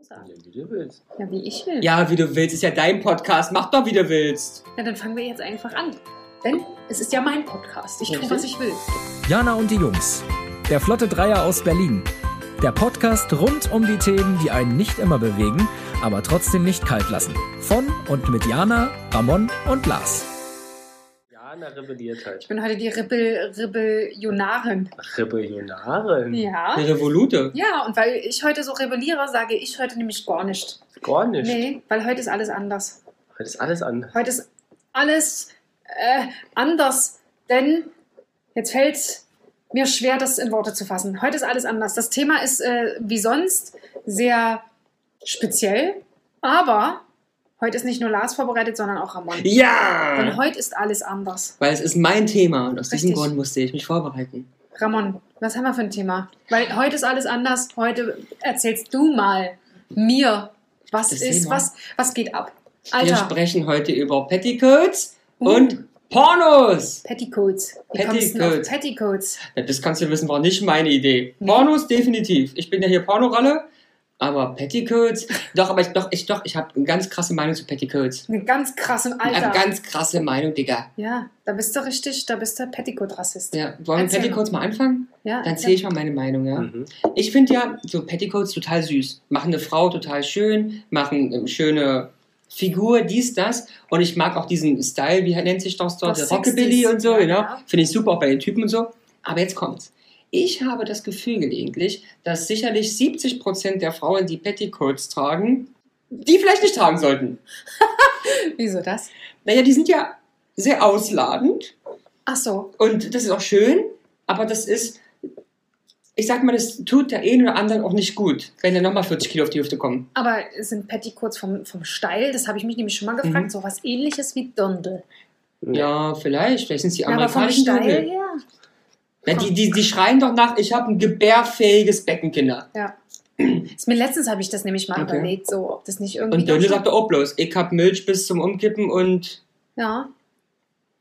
sagen. Ja, wie du willst. Ja, wie ich will. Ja, wie du willst, ist ja dein Podcast. Mach doch, wie du willst. Na, dann fangen wir jetzt einfach an. Denn es ist ja mein Podcast. Ich tue, was ich will. Jana und die Jungs. Der Flotte Dreier aus Berlin. Der Podcast rund um die Themen, die einen nicht immer bewegen, aber trotzdem nicht kalt lassen. Von und mit Jana, Ramon und Lars. Jana rebelliert Ich halt. bin heute die Ribbel, Ribbel Jonarin. Ach, Rebellionarin. Ähm, Ja. Eine Revolute. Ja, und weil ich heute so rebelliere, sage ich heute nämlich gar nicht. Gar nicht. Nee, weil heute ist alles anders. Das ist alles an. Heute ist alles äh, anders. Denn jetzt fällt mir schwer, das in Worte zu fassen. Heute ist alles anders. Das Thema ist äh, wie sonst sehr speziell, aber heute ist nicht nur Lars vorbereitet, sondern auch Ramon. Denn Ja! heute ist alles anders. Weil es ist mein Thema und aus diesem Richtig. Grund musste ich mich vorbereiten. Ramon, was haben wir für ein Thema? Weil heute ist alles anders. Heute erzählst du mal mir, was Das ist, Thema. was, was geht ab. Wir Alter, sprechen heute über Petticoats Uh. und Pornos. Petticoats. Wie kommst du denn auf Petticoats. Petticoats? Ja, Das kannst du wissen, war nicht meine Idee. Nee. Pornos definitiv. Ich bin ja hier Pornoralle, aber Petticoats. Doch, aber ich, doch, ich, doch, ich habe eine ganz krasse Meinung zu Petticoats. Eine ganz krasse Ich Alter. hab ganz krasse Meinung, Digga. ja, da bist du richtig, da bist du Petticoat-Rassist. Ja, wollen wir Erzähl. Petticoats mal anfangen? Ja, Dann zähle ich mal meine Meinung, ja. Mhm. Ich finde ja so Petticoats total süß. Machen eine Frau total schön, machen ähm, schöne Figur, dies, das. Und ich mag auch diesen Style, wie nennt sich das dort? Aus Rockabilly 60s, und so, ja, genau. ja. Finde ich super, auch bei den Typen und so. Aber jetzt kommt's. Ich habe das Gefühl gelegentlich, dass sicherlich 70% der Frauen, die Petticoats tragen, die vielleicht nicht tragen sollten. Wieso das? Naja, die sind ja sehr ausladend. Ach so, Und das ist auch schön, aber das ist, ich sag mal, das tut der einen oder anderen auch nicht gut, wenn dann nochmal 40 Kilo auf die Hüfte kommen. aber sind Petticoats vom, vom Steil? Das habe ich mich nämlich schon mal gefragt. Mhm. So was ähnliches wie Dirndl. Ja, vielleicht, vielleicht sind es die Ja, aber vom amerikanischen Steil Dudel. her? Na, die, die, die schreien doch nach, ich habe ein gebärfähiges Becken, Kinder. Ja. Ist mir letztens habe ich das nämlich mal Okay. überlegt, so ob das nicht irgendwie. Und Dönne doch schon- sagt auch bloß, ich hab Milch bis zum Umkippen und, ja.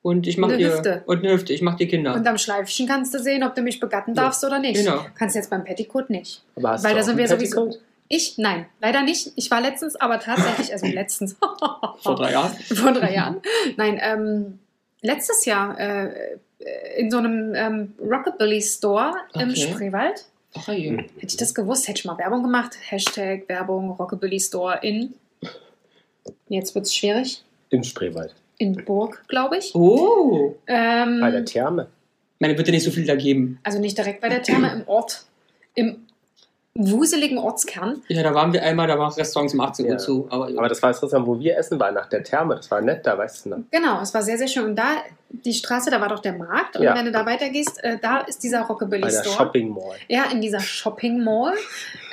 und ich mach Eine dir. Hüfte. Und eine Hüfte, ich mach dir Kinder. Und am Schleifchen kannst du sehen, ob du mich begatten Ja, darfst oder nicht. genau. Kannst jetzt beim Petticoat nicht. Aber hast Weil du da auch sind ein wir sowieso- Petticoat? Ich? Nein, leider nicht. Ich war letztens, aber tatsächlich, also letztens. Vor drei Jahren. vor drei Jahren. Nein, ähm, letztes Jahr äh, äh, in so einem ähm, Rockabilly-Store im Okay. Spreewald. Ach, Hm. je. Hätte ich das gewusst, hätte ich mal Werbung gemacht. Hashtag Werbung Rockabilly-Store in. Jetzt wird's schwierig. Im Spreewald. In Burg, glaube ich. Oh. Ähm, Bei der Therme. Meine, bitte nicht so viel da geben. also nicht direkt bei der Therme, im Ort. Im wuseligen Ortskern. Ja, da waren wir einmal, da waren Restaurants um 18 Uhr Ja. zu. Aber, Aber das war das Restaurant, wo wir essen waren, nach der Therme. Das war nett da, weißt du noch. Genau, es war sehr, sehr schön. Und da, die Straße, da war doch der Markt. Und Ja. wenn du da weitergehst, äh, da ist dieser Bei der Rockabilly-Store. Shopping Mall. Ja, in dieser Shopping Mall.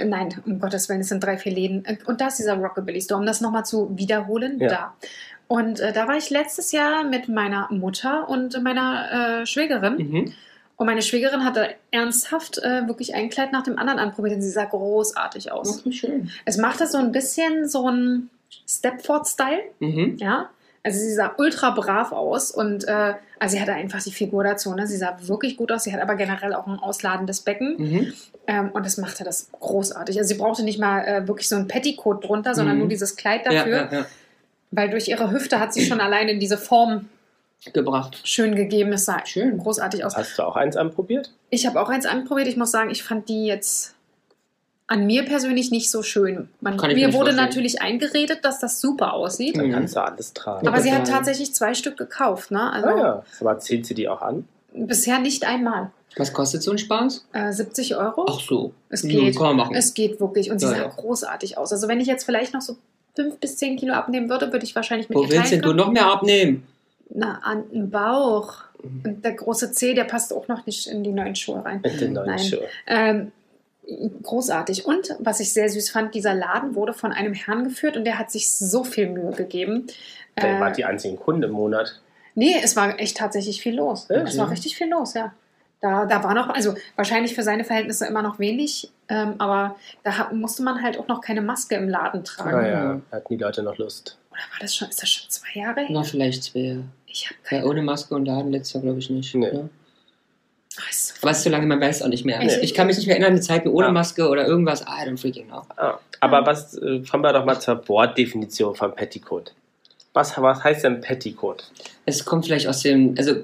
Äh, Nein, um Gottes Willen, es sind drei, vier Läden. Äh, Und da ist dieser Rockabilly Store, um das nochmal zu wiederholen. Ja. Da. Und äh, da war ich letztes Jahr mit meiner Mutter und meiner äh, Schwägerin. mhm. Und meine Schwägerin hatte ernsthaft äh, wirklich ein Kleid nach dem anderen anprobiert und sie sah großartig aus. Mhm. Ach, wie schön. Es machte so ein bisschen so ein Stepford-Style, Mhm. ja. Also sie sah ultra brav aus und äh, also sie hatte einfach die Figur dazu. Ne? Sie sah wirklich gut aus. Sie hat aber generell auch ein ausladendes Becken. Mhm. Ähm, und das machte das großartig. Also sie brauchte nicht mal äh, wirklich so ein Petticoat drunter, sondern Mhm. nur dieses Kleid Ja, dafür, ja, ja. weil durch ihre Hüfte hat sie schon allein in diese Form Gebracht. schön gegeben. Es sah schön großartig aus. Hast du auch eins anprobiert? Ich habe auch eins anprobiert. Ich muss sagen, ich fand die jetzt an mir persönlich nicht so schön. Man, Kann ich mir mir nicht wurde vorstellen. natürlich eingeredet, dass das super aussieht. Dann Mhm. kannst du alles tragen. Aber sie hat total. tatsächlich zwei Stück gekauft. Ne? Also ah, ja. Aber zählt sie die auch an? bisher nicht einmal. Was kostet so ein Spaß? Äh, 70 Euro. Ach so. es Hm, geht. Kann man machen. Es geht wirklich. Und sie Ja, sah ja. großartig aus. Also wenn ich jetzt vielleicht noch so fünf bis zehn Kilo abnehmen würde, würde ich wahrscheinlich mit Wo ihr willst denn teilen du noch mehr abnehmen? können. Na, an den Bauch. Und der große Zeh, der passt auch noch nicht in die neuen Schuhe rein. Mit den neuen Nein. Schuhen. Ähm, großartig. Und was ich sehr süß fand, dieser Laden wurde von einem Herrn geführt und der hat sich so viel Mühe gegeben. Dann war Äh, die einzigen Kunden im Monat. nee, es war echt tatsächlich viel los. Ja, Es war ja. richtig viel los, ja. Da, da war noch, also wahrscheinlich für seine Verhältnisse immer noch wenig, ähm, aber da ha- musste man halt auch noch keine Maske im Laden tragen. Ah, ja. Hatten die Leute noch Lust. Oder war das schon, ist das schon zwei Jahre her? Na, vielleicht zwei. Ich habe Ja, keine ohne Maske und Laden letztes Jahr, glaube ich, nicht. Nee. Ne? Nice. Aber es ist so lange, man weiß es auch nicht mehr. Nee. Ich kann mich nicht mehr erinnern, die Zeiten ohne Ja. Maske oder irgendwas. I don't freaking know. Ah, aber was, äh, kommen wir doch mal zur Wortdefinition von Petticoat. Was, was heißt denn Petticoat? Es kommt vielleicht aus dem, also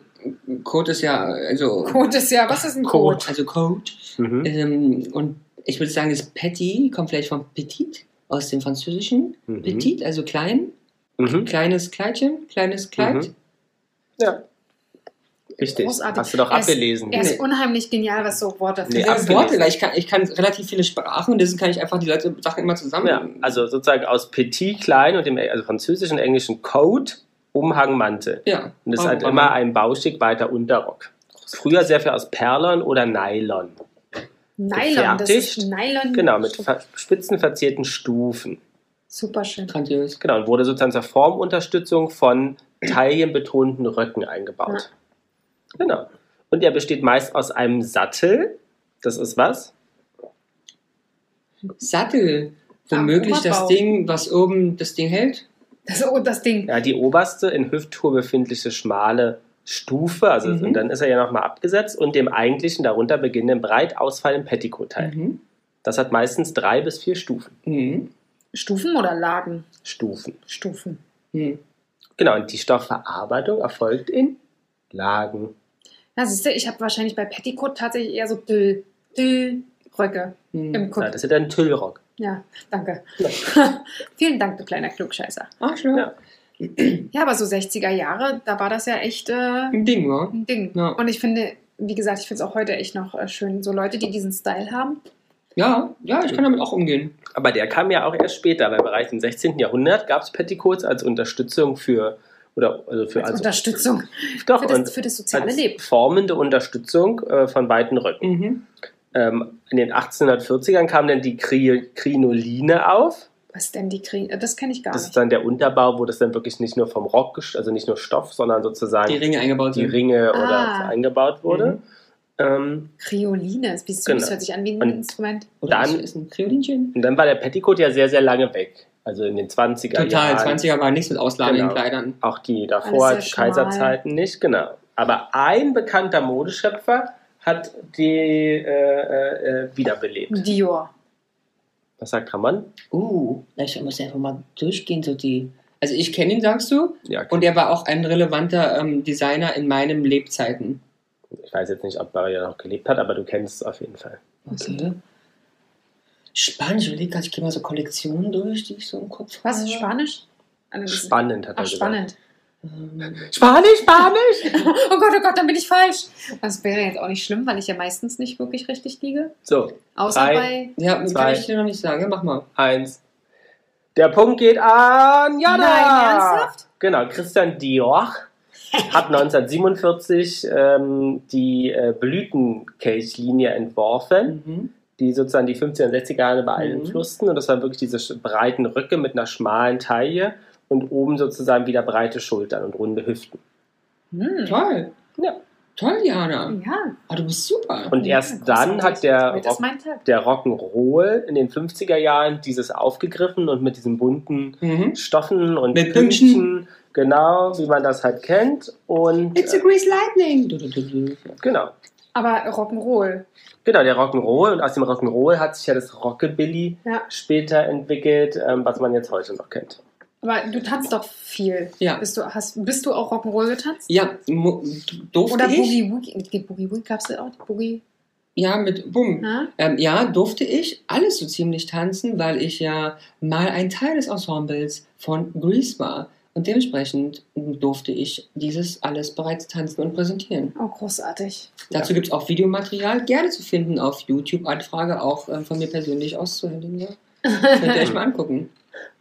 Code ist ja, also, Code ist ja, was ist ein Code. Code? also Code. Mhm. Äh, Ähm, und ich würde sagen, das Petit kommt vielleicht von Petit aus dem Französischen. Mhm. Petit, also klein, Mhm. kleines Kleidchen, kleines Kleid. Mhm. Ja. Richtig. Großartig. Hast du doch Er ist- abgelesen. Er ist Nee. unheimlich genial, was so Worte Nee, ah, Diese abgelesen. Worte, weil ich kann, ich kann relativ viele Sprachen und deswegen kann ich einfach die Leute Sachen immer zusammen. Ja, also sozusagen aus Petit, klein und dem also französischen, englischen Code, Umhang, Mantel. Und ja. Oh, das ist halt Warum- immer ein Baustück weiter Unterrock. Früher sehr viel aus Perlon oder Nylon. Nylon, das ist gefertigt. Nylon. Genau, mit ver spitzen verzierten Stufen. Super schön. grandios. Genau, und wurde sozusagen zur Formunterstützung von taillenbetonten Röcken eingebaut. Genau. Und er besteht meist aus einem Sattel. Das ist was? Sattel, womöglich Am das Oberbau. Ding, was oben das Ding hält. Das, oh, das Ding. Ja, die oberste in Hüfttour befindliche schmale Stufe. Also Mhm. und dann ist er ja nochmal abgesetzt und dem eigentlichen darunter beginnenden breit ausfallenden Petticoat-Teil. Mhm. Das hat meistens drei bis vier Stufen. Mhm. Stufen oder Lagen? Stufen. Stufen. Mhm. Genau, und die Stoffverarbeitung erfolgt in Lagen. Na, siehst du, ich habe wahrscheinlich bei Petticoat tatsächlich eher so Dül, Dül, Röcke Mhm. im Ja, Kopf. das ist ja ein Tüllrock. Ja, danke. Vielen Dank, du kleiner Klugscheißer. Ach, schön. Ja. Ja, aber so 60er Jahre, da war das ja echt äh, Ein Ding, wa? ein Ding. Ja. Und ich finde, wie gesagt, ich finde es auch heute echt noch äh, schön. So Leute, die diesen Style haben. Ja, ja, ich kann damit auch umgehen. Aber der kam ja auch erst später, weil bereits im 16. Jahrhundert gab es Petticoats als Unterstützung für oder also für Als also, Unterstützung doch, für und das, für das soziale als Leben. formende Unterstützung äh, von weiten Röcken. Mhm. Ähm, in den 1840ern kam dann die Kri Krinoline auf. Was denn die kriegen? Äh, Das kenne ich gar Das ist nicht. dann der Unterbau, wo das dann wirklich nicht nur vom Rock, gesch- also nicht nur Stoff, sondern sozusagen Die die, Ringe eingebaut sind. Ringe Ah. oder so eingebaut wurde. Mhm. Ähm, Krioline, das ist wie süß, Genau. hört sich an wie ein Und- Instrument. Oder Dann- ist- ist ein Kriolinchen. und dann war der Petticoat ja sehr, sehr lange weg. Also in den 20er Total, Jahren. 20er war nichts mit Auslagen Genau. in Kleidern. Auch die davor, Alles sehr die schmal. Kaiserzeiten nicht, genau. Aber ein bekannter Modeschöpfer hat die äh, äh, wiederbelebt. Dior. Was sagt Ramon? Uh, ich muss einfach mal durchgehen, so die. Also ich kenne ihn, sagst du, Ja, und er war auch ein relevanter ähm, Designer in meinem Lebzeiten. ich weiß jetzt nicht, ob Barry noch gelebt hat, aber du kennst es auf jeden Fall. Okay. Spannend, ich überleg grad, ich gehe mal so Kollektionen durch, die ich so im Kopf Was? habe. Spanisch? Ah, das ist- Spannend hat er Ach, spannend. Ähm, gesagt. Spanisch, Spanisch! Oh Gott, oh Gott, dann bin ich falsch. Das wäre jetzt auch nicht schlimm, weil ich ja meistens nicht wirklich richtig liege. So, Außer Drei. bei. Ja, Zwei. kann ich dir noch nicht sagen. Ja, mach mal. eins. Der Punkt geht an Jana! Nein, ernsthaft? Genau, Christian Dior hat 1947 ähm, die äh, Blütenkelchlinie entworfen. Mhm. die sozusagen die 50er und 60er Jahre Mhm. beeinflussten. Und das waren wirklich diese sch- breiten Röcke mit einer schmalen Taille und oben sozusagen wieder breite Schultern und runde Hüften. Hm. Toll. Ja. Toll, Jana. Ja. Ah, du bist super. Und ja, erst dann hat Äh, der, Heute ist Rock, mein Tag. der Rock'n'Roll in den 50er Jahren dieses aufgegriffen und mit diesen bunten Mhm. Stoffen und Mit Pünktchen. Genau, wie man das halt kennt. Und It's a äh, Grease Lightning. Du, du, du, du. genau. Aber Rock'n'Roll. Genau, der Rock'n'Roll. Und aus dem Rock'n'Roll hat sich ja das Rockabilly Ja. später entwickelt, ähm, was man jetzt heute noch kennt. Aber du tanzt doch viel. Ja. Bist du, hast, bist du auch Rock'n'Roll getanzt? Ja, mo- durfte Oder ich? Boogie Woogie. Mit Boogie Woogie gab es ja auch die Boogie. ne? Ja, mit Bumm. Na? Ähm, ja, durfte ich alles so ziemlich tanzen, weil ich ja mal ein Teil des Ensembles von Grease war. Und dementsprechend durfte ich dieses alles bereits tanzen und präsentieren. Oh, großartig. Dazu gibt es auch Videomaterial, gerne zu finden auf YouTube. Anfrage auch ähm, von mir persönlich auszuhändigen. Ja. Könnt ihr euch mal angucken.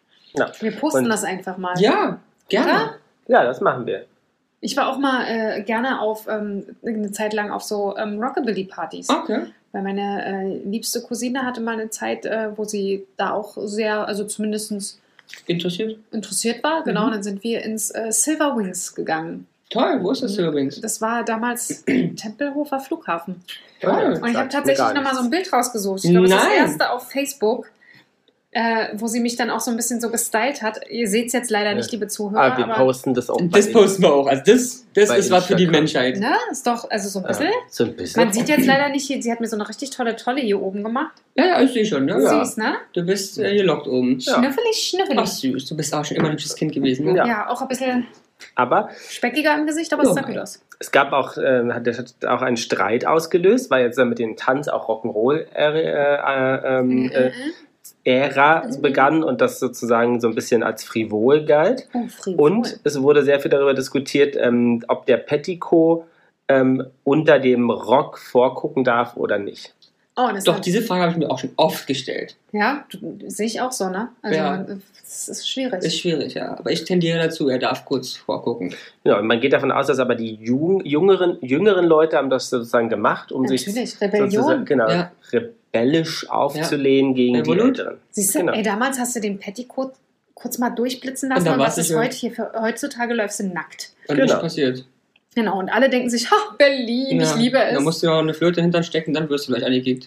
Wir posten Und- das einfach mal. Ja, gerne. Ja, das machen wir. Ich war auch mal äh, gerne auf ähm, eine Zeit lang auf so ähm, Rockabilly-Partys. Okay. Weil meine äh, liebste Cousine hatte mal eine Zeit, äh, wo sie da auch sehr, also zumindest Interessiert? interessiert war. Genau, Mhm. und dann sind wir ins äh, Silver Wings gegangen. Toll, wo ist das denn übrigens? Das war damals Tempelhofer Flughafen. Toll. Und ich habe Sagt mir tatsächlich gar nochmal so ein Bild rausgesucht. Ich glaube, nichts. das ist das Nein. erste auf Facebook. äh, wo sie mich dann auch so ein bisschen so gestylt hat. Ihr seht es jetzt leider nicht, liebe Zuhörer, ah, wir aber posten das auch bei Das den- posten wir auch. Also das, das Bei ist was für die Instagram. Menschheit. ne, ist doch, also so ein bisschen. Ja, äh, so ein bisschen. Man sieht jetzt leider nicht, hier- sie hat mir so eine richtig tolle Tolle hier oben gemacht. Ja, ja, ich sehe schon. Ne? Ja. Süß, ne? Du bist äh, gelockt oben. Ja. Schnüffelig, Ach schnüffelig. süß, du bist auch schon immer ein hübsches Kind gewesen. Ne? Ja. Ja. auch ein bisschen Aber speckiger im Gesicht, aber Ja. es sah gut aus. es gab auch, ähm, hat- das hat auch einen Streit ausgelöst, weil jetzt dann mit dem Tanz auch Rock'n'Roll äh, äh, Mhm. ähm, äh, Ära Also begann und das sozusagen so ein bisschen als frivol galt. Oh, frivol. Und es wurde sehr viel darüber diskutiert, ähm, ob der Pettico ähm, unter dem Rock vorgucken darf oder nicht. oh, das Doch, hat- diese Frage habe ich mir auch schon oft gestellt. Ja, du- sehe ich auch so, ne? Also, Ja. es ist schwierig. Ist schwierig, ja. Aber ich tendiere dazu, er darf kurz vorgucken. Ja, und man geht davon aus, dass aber die jung, jüngeren, jüngeren Leute haben das sozusagen gemacht, um sich Natürlich, sozusagen, Rebellion. genau, Ja. rebellisch aufzulehnen gegen Revolut. die Älteren. Siehst du, Genau. ey, damals hast du den Petticoat kurz mal durchblitzen Und lassen da und, was warst du ist schon- heute hier für, heutzutage läufst du nackt. Und Genau. nichts passiert. Genau, und alle denken sich, ha, Berlin, ich liebe Da es. musst du ja auch eine Flöte hinterstecken, dann wirst du gleich angekickt.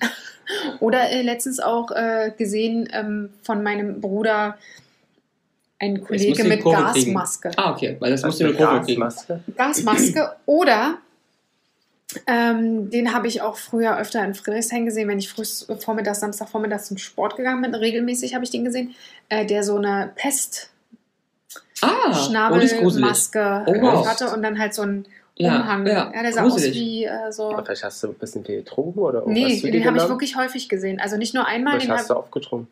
Oder äh, letztens auch äh, gesehen ähm, von meinem Bruder ein muss Kollege ich mit Kurve kriegen. Gasmaske. Ah, okay, weil das musst Was du eine mit Kurve kriegen. Gasmaske? Gasmaske oder ähm, den habe ich auch früher öfter in Friedrichshain gesehen, wenn ich früh vormittags, Samstagvormittags zum Sport gegangen bin. Regelmäßig habe ich den gesehen, äh, der so eine Pest Ah, oh, das ist gruselig. Schnabelmaske Oh, wow. auf hatte und dann halt so einen Ja, Umhang. ja, der sah gruselig. aus wie äh, so. Aber vielleicht hast du ein bisschen viel getrunken oder irgendwas Nee, zu dir den habe ich genommen? wirklich häufig gesehen. Also nicht nur einmal, Vielleicht den hast du hab, aufgetrunken.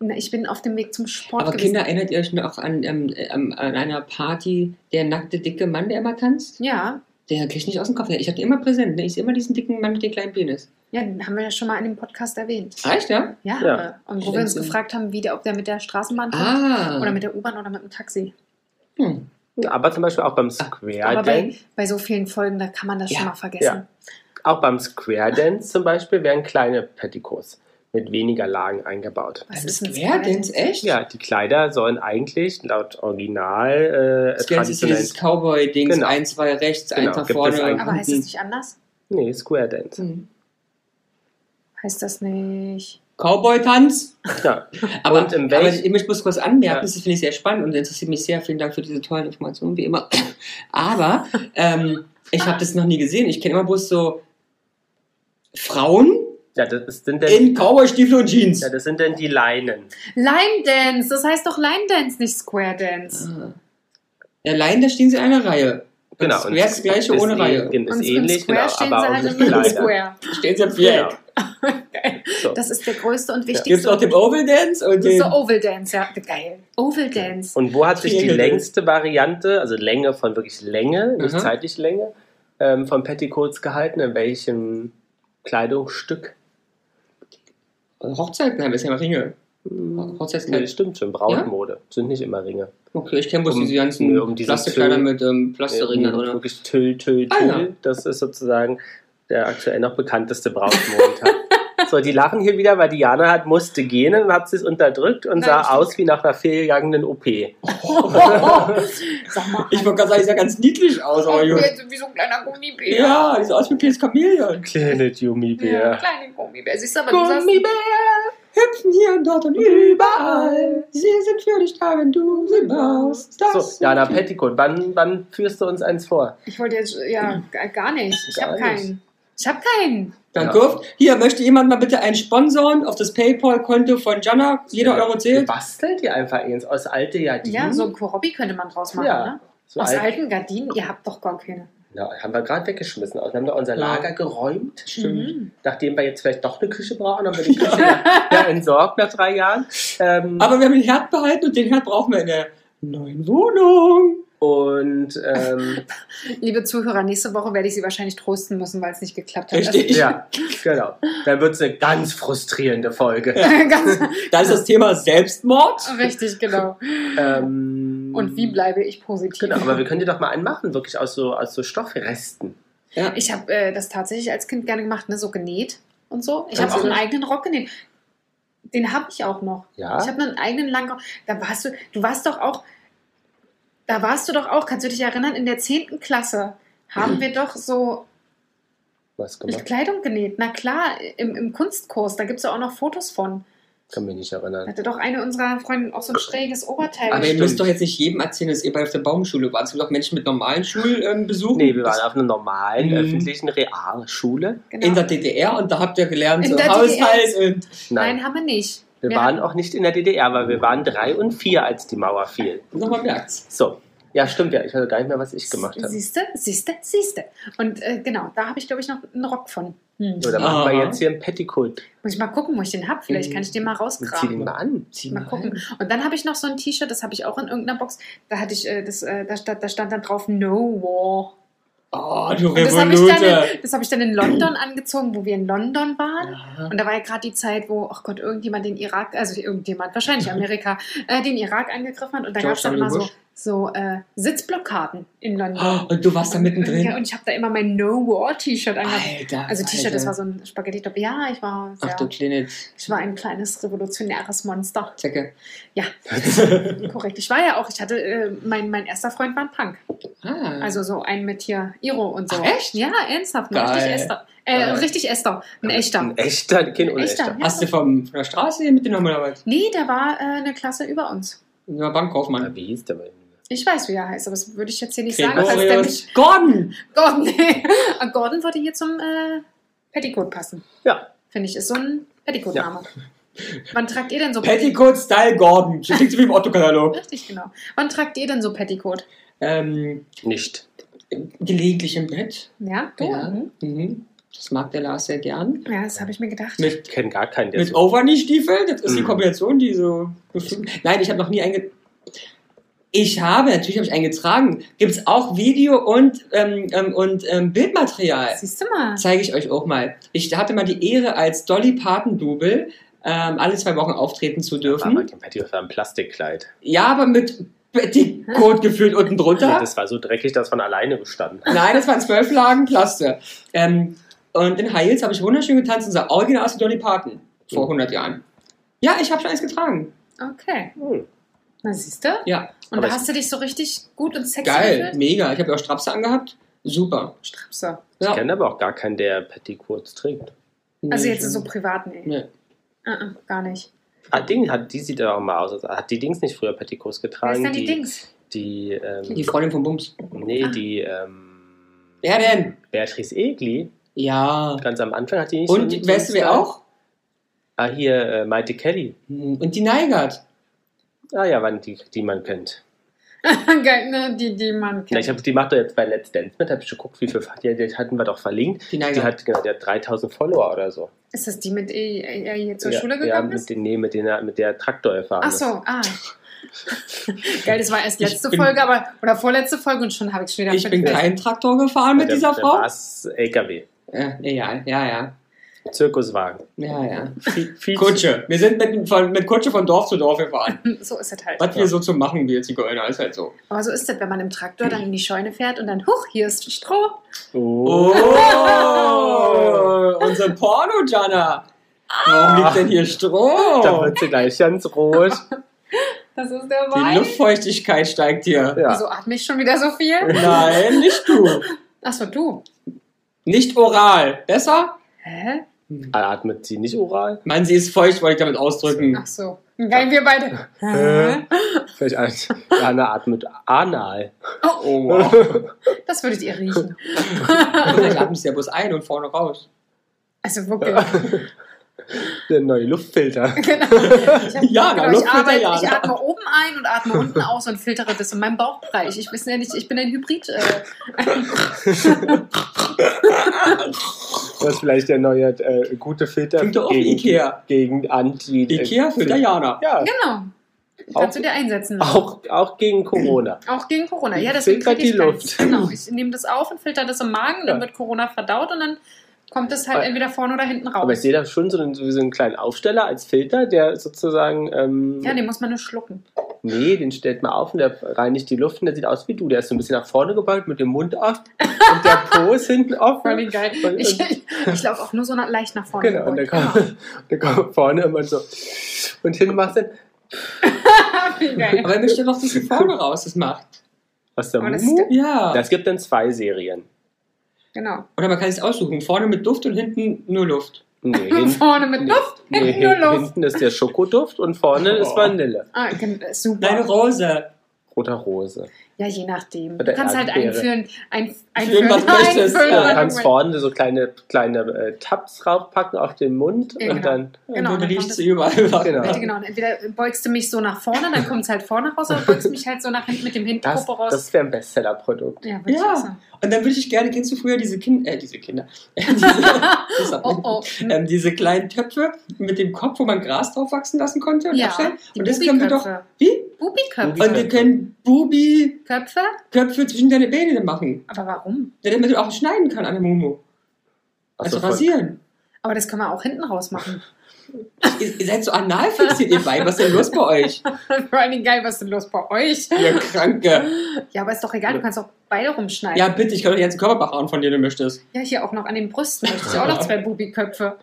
na, ich bin auf dem Weg zum Sport Aber gewesen. Kinder, erinnert ihr euch mir auch an, ähm, äh, an einer Party, der nackte, dicke Mann, der immer tanzt? ja, Der kriegt nicht aus dem Kopf. her. Ich habe den immer präsent. Ne? Ich sehe immer diesen dicken Mann mit dem kleinen Penis. ja, den haben wir ja schon mal in dem Podcast erwähnt. Reicht, ja? Ja, Ja. aber- und wo wir uns Stimmt. gefragt haben, wie der, ob der mit der Straßenbahn kommt Ah. Oh oder mit der U-Bahn oder mit dem Taxi. hm. Aber zum Beispiel auch beim Square aber Dance. bei, bei so vielen Folgen, da kann man das Ja, schon mal vergessen. Auch beim Square Dance zum Beispiel werden kleine Petticoats mit weniger Lagen eingebaut. Was Beim ist ein Square Dance, Square echt? Ja, die Kleider sollen eigentlich laut Original äh, Square Dance ist dieses traditionell. Cowboy-Dings. Genau. Ein, zwei rechts, Genau, eins nach gibt vorne. es eigentlich. Aber heißt es nicht anders? Nee, Square Dance. Hm. Heißt das nicht? Cowboy-Tanz? Ja. Aber, Und in aber welch- ich muss kurz anmerken, Ja. das finde ich sehr spannend und interessiert mich sehr. Vielen Dank für diese tollen Informationen, wie immer. Aber ähm, ich habe das noch nie gesehen. Ich kenne immer bloß so Frauen ja, das ist- sind denn, in Cowboy-Stiefel und Jeans. ja, das sind denn die Leinen. Line Dance, das heißt doch Line Dance, nicht Square Dance. Ah. Ja, Allein da stehen sie in einer Reihe. Und Genau. Square ist das gleiche ohne eh- Reihe. gen- Ist Und im ähnlich, Square genau, stehen aber sie auch halt nicht im Middle Kleider. Square. Stehen sie im Genau. Viereck. Geil. So. Das ist der größte und Gibt es wichtigste. auch den Oval Dance und das ist den. der Oval Dance, ja. Geil. Oval Dance. Genau. Und wo hat sich die Triangle. längste Variante, also Länge von wirklich Länge, nicht Mhm. zeitlich Länge, ähm, von Petticoats gehalten? In welchem Kleidungsstück? Hochzeiten haben wir ja immer Ringe. Hm. Nee, Hochzeitskleider. das stimmt schon. Brautmode. Sind nicht immer Ringe. Okay, ich kenne bloß Um- diese ganzen nee, um diese um- Plastikkleider Tüll- mit ähm, Plastikringen Nee, drin. Wirklich Tüll, Tüll, Tüll. Ah, ja. Das ist sozusagen der aktuell noch bekannteste Brautmontag. so, die lachen hier wieder, weil Diana hat, musste gehen und hat sie es unterdrückt und Nein, sah stimmt. aus wie nach einer fehlgegangenen OP. Sag mal. Ich wollte gerade sagen, die sah ganz niedlich aus, aber gut. jetzt Oh, wie so ein kleiner Gummibär. Ja, die sah aus wie ein kleines Chamäleon. Kleine Ja, Gummibär. kleine Gummibär. Siehst du, aber Gummibär, hüpfen hier und dort und überall. Sie sind für dich da, wenn du sie brauchst. So, Das Diana Petticoat, wann, wann führst du uns eins vor? Ich wollte jetzt, ja, g- gar nicht. Ich Hm. Gar habe nicht. keinen. Ich habe keinen. Dann Ja. kauft. Hier, möchte jemand mal bitte einen sponsoren auf das Paypal-Konto von Jana? Jeder Euro Du zählt. bastelt ihr einfach eins aus alte Gardinen. Ja, so ein Korobi könnte man draus machen, Mhm. Ja, ne? So Aus alt- alten Gardinen, ihr habt doch gar keine. Na, haben wir gerade weggeschmissen. Also, Wir haben da unser Ja. Lager geräumt. Mhm. Nachdem wir jetzt vielleicht doch eine Küche brauchen, haben wir die Küche ja, entsorgt nach drei Jahren. Ähm, Ah. Aber wir haben den Herd behalten und den Herd brauchen wir in der neuen Wohnung. Und ähm, Liebe Zuhörer, nächste Woche werde ich sie wahrscheinlich trosten müssen, weil es nicht geklappt hat. Richtig. ja, genau. Dann wird es eine ganz frustrierende Folge. Also, ganz, Da ist das Thema Selbstmord. richtig, genau. Mhm. Ähm, Und wie bleibe ich positiv? Genau, aber wir können dir doch mal einen machen, wirklich aus so, aus so Stoffresten. Ja. Ich habe äh, das tatsächlich als Kind gerne gemacht, ne? so genäht und so. Ich habe Also- auch einen eigenen Rock genäht. Den habe ich auch noch. Ja. Ich habe einen eigenen langen Rock. Da warst du, du warst doch auch, da warst du doch auch, kannst du dich erinnern, in der 10. Klasse haben wir doch so Was Kleidung genäht. Na klar, im, im Kunstkurs, da gibt es ja auch noch Fotos von. Kann mich nicht erinnern. Hatte doch eine unserer Freundinnen auch so ein schräges Oberteil. Aber ihr Stimmt. müsst doch jetzt nicht jedem erzählen, dass ihr bei auf der Baumschule wart. Es gibt auch Menschen mit normalen Schulbesuchen. Nee, wir waren auf einer normalen, Mhm. öffentlichen Realschule. Genau. in der DDR und da habt ihr gelernt, In so der Haushalt und. Nein, Nein, haben wir nicht. wir waren auch nicht in der DDR, weil wir waren drei und vier, als die Mauer fiel. Nochmal merkt's. So. Ja, stimmt ja. Ich weiß gar nicht mehr, was ich gemacht habe. Siehste, siehste, siehste. Und äh, genau, da habe ich, glaube ich, noch einen Rock von. Hm. So, dann machen wir Aha. jetzt hier ein Petticoat. Muss ich mal gucken, wo ich den habe. Vielleicht Mhm. kann ich den mal Und zieh den rausgraben. mal an. Zieh Mal gucken. rein. Und dann habe ich noch so ein T-Shirt, das habe ich auch in irgendeiner Box. Da hatte ich, äh, das, äh, da, stand, da stand dann drauf No War. Oh, du Und das habe ich, dann Revolute. in- das habe ich dann in London angezogen, wo wir in London waren. Aha. Und da war ja gerade die Zeit, wo, ach Gott, irgendjemand den Irak, also irgendjemand, wahrscheinlich Amerika, äh, den Irak angegriffen hat. Und da George gab es dann W. immer so, Bush. so äh, Sitzblockaden in London. Oh, Und du warst da mittendrin. Ja, und ich habe da immer mein No War T-Shirt angehabt. Alter. Also T-Shirt, das war Alter. so ein Spaghetti-Top. Ja, ich war, Ach sehr, du kleine ich war ein kleines revolutionäres Monster. Zecke. Ja, korrekt. Ich war ja auch, ich hatte, äh, mein, mein erster Freund war ein Punk. Ah. Also so ein mit hier Iro und so. Ach, echt? Ja, ernsthaft. ein Geil. Richtig Esther. Äh, Geil. richtig Esther. Ein echter. Ein echter, kein unechter. Echter. Hast du vom, von der Straße hier mitgenommen oder was? Nee, der war äh, eine Klasse über uns. Du war Ja, Bankkaufmann. Ah, wie hieß der bei Ich weiß, wie er heißt, aber das würde ich jetzt hier nicht sagen, falls der mich. Gregorius. Gordon! Gordon, nee. Gordon würde hier zum äh, Petticoat passen. Ja. Finde ich, ist so ein Petticoat-Name. Wann tragt ihr denn so Petticoat Style Gordon. Das klingt so wie im Otto-Katalog. Richtig, genau. Wann tragt ihr denn so Petticoat? Ähm, Nicht. gelegentlich im Bett. Ja, du? Ja. Mhm. Mhm. Das mag der Lars sehr gern. Ja, das habe ich mir gedacht. Mit Ich kenne gar keinen, der Mit so. Overknee-Stiefeln? Das ist die Mhm. Kombination, die so. Nein, ich habe noch nie einge. Ich habe, natürlich habe ich eingetragen. Gibt es auch Video und, ähm, ähm, und ähm, Bildmaterial. Siehst du mal. Zeige ich euch auch mal. Ich hatte mal die Ehre, als Dolly Parton-Double ähm, alle zwei Wochen auftreten zu War aber dürfen. kein Petticoat, war ein Plastikkleid. Ja, aber mit Petticoat gefühlt unten Ja, drunter. Das war so dreckig, dass von alleine gestanden hat. Nein, das waren zwölf Lagen Plaste. Ähm, und in High Heels habe ich wunderschön getanzt und sah original aus wie Dolly Parton vor 100 Jahren. Ja, ich habe schon eins getragen. Okay. Hm. Na, siehst du? Ja, Und Aber da ich- hast du dich so richtig gut und sexy Geil, gefühlt? mega. Ich habe ja auch Strapse angehabt. Super. Strapse. Ich Ja. kenne aber auch gar keinen, der Petticoats trägt. Also Nee, jetzt so privat, nee. Nee. Ah, ah, gar nicht. Ah, Ding, hat, die sieht ja auch mal aus. als- Hat die Dings nicht früher Petticoats Wer ist getragen? denn die Dings? Die, ähm, Die Freundin vom Bums. nee, Ah. die, ähm, Wer denn? Beatrice Egli. Ja. Ganz am Anfang hat die nicht so- Und so weißt du wer Style. auch? Ah, hier, äh, Maite Kelly. Hm, Und die Neigert. Ah ja, wann die, die man kennt. Geil, ne? Die, die man Na, kennt. ich hab, die macht doch jetzt bei Let's Dance mit, hab ich geguckt, wie viel die, die hatten wir doch verlinkt. Die Die Neigert. hat, genau, die hat 3000 Follower oder so. ist das die, mit der er hier zur ja, Schule ja, gegangen mit ist? den, nee, mit, den, mit der Traktor erfahren Ach so, ah. Geil, das war erst Ich letzte bin- Folge, aber oder vorletzte Folge und schon habe ich schon wieder Ich bin kein Traktor gefahren mit der, dieser der Frau. war's LKW. Äh, egal, ja, ja. Zirkuswagen. Ja, ja. Viel Kutsche. Wir sind mit, von, mit Kutsche von Dorf zu Dorf gefahren. So ist das halt. Was wir so zu machen, wir Zigeuner, ist halt so. Aber so ist das, wenn man im Traktor dann in die Scheune fährt und dann, huch, hier ist Stroh. Oh. Oh! Unser Porno-Jana. Warum liegt denn hier Ah. Da Stroh? wird sie gleich ganz rot. Das ist der Die Wein. Luftfeuchtigkeit steigt hier. Ja. Wieso atme ich schon wieder so viel? Nein, nicht du. Achso, du. Nicht oral. Besser? Hä? Ah, Atmet sie nicht oral? Mann, sie ist feucht, wollte ich damit ausdrücken. Ach so. Geil, wir beide. Hä? Vielleicht atmet Anna atmet anal. Oh, wow. Also Das würdet ihr riechen. Vielleicht atmest du ja bloß ein und vorne raus. Also wirklich. Der neue Luftfilter. Genau. Ich hab- Ja, na, genau, ich, Luftfilter, arbeite, ja. ne? ich atme oben ein und atme unten aus und filtere das in meinem Bauchbereich. Ich weiß ja nicht, ich bin ein Hybrid. Äh, Das ist vielleicht der neue äh, gute Filter Klingt doch auch wie Ikea. gegen Anti. äh, Ikea für Diana. Ja, genau. Auch- Kannst du dir einsetzen. auch, auch gegen Corona. Auch gegen Corona. Ja, Ich deswegen filter kriege ich die ganz, Luft. Genau, ich nehme das auf und filter das im Magen, dann Ja. wird Corona verdaut und dann kommt es halt Aber- entweder vorne oder hinten raus. Aber ich sehe da schon so einen, so einen kleinen Aufsteller als Filter, der sozusagen. Ähm, ja, den muss man nur schlucken. Nee, den stellt man auf und der reinigt die Luft und der sieht aus wie du. Der ist so ein bisschen nach vorne gebeugt mit dem Mund offen und der Po ist hinten Voll offen. geil. Und- Ich, ich laufe auch nur so nach- leicht nach vorne. Genau, und der gebeugt. kommt, der kommt vorne immer so. Und hinten machst du dann Genau. Wie geil. Aber er möchte doch, dass sie vorne raus das macht. aus der Aber das Mumu. ist Ja. Das gibt dann zwei Serien. Genau. Oder man kann es aussuchen. Vorne mit Duft und hinten nur Luft. Nee, hin, Vorne mit Duft, nee, hinten nur hin, Luft. hinten ist der Schokoduft und vorne ist Oh. Vanille. Ah, gen- super. Deine Rose. Roter Rose. Ja, je nachdem. Du Oder kannst halt Erdbeere. einführen, ein, Schön, einführen, was möchtest. Du einführen. Ja, kannst vorne so kleine, kleine äh, Tabs draufpacken auf den Mund Ja, und genau. dann. Genau, Und du dann riechst kommt sie überall. was. Genau. Bitte genau. Und entweder beugst du mich so nach vorne, dann kommt es halt vorne raus, oder beugst du mich halt so nach hinten mit dem Das, Hintenkopf raus. das wäre ein Bestseller-Produkt. ja, würde ich auch Ja, sagen. und dann würde ich gerne, kennst du früher diese Kinder, äh, diese Kinder, diese, Oh, oh. ähm, diese kleinen Töpfe mit dem Kopf, wo man Gras drauf wachsen lassen konnte und Ja, abstellen? die Und das können wir doch, Bubiköpfe. wie? Bubiköpfe. Und wir können Bubi-Köpfe Köpfe? zwischen deine Beine machen, Aber warum? damit du auch schneiden kann an der Momo. Also, von- rasieren. Aber das können wir auch hinten raus machen. ihr, ihr seid so anal fixiert, ihr beiden. Was ist denn los bei euch? Vor allen Dingen geil, was ist denn los bei euch? Ihr Kranke. Ja, aber ist doch egal, du kannst auch beide rumschneiden. Ja, bitte, ich kann doch den ganzen Körper behauen, von dem du möchtest. Ja, hier auch noch an den Brüsten. Da gibt ja auch noch zwei Bubiköpfe.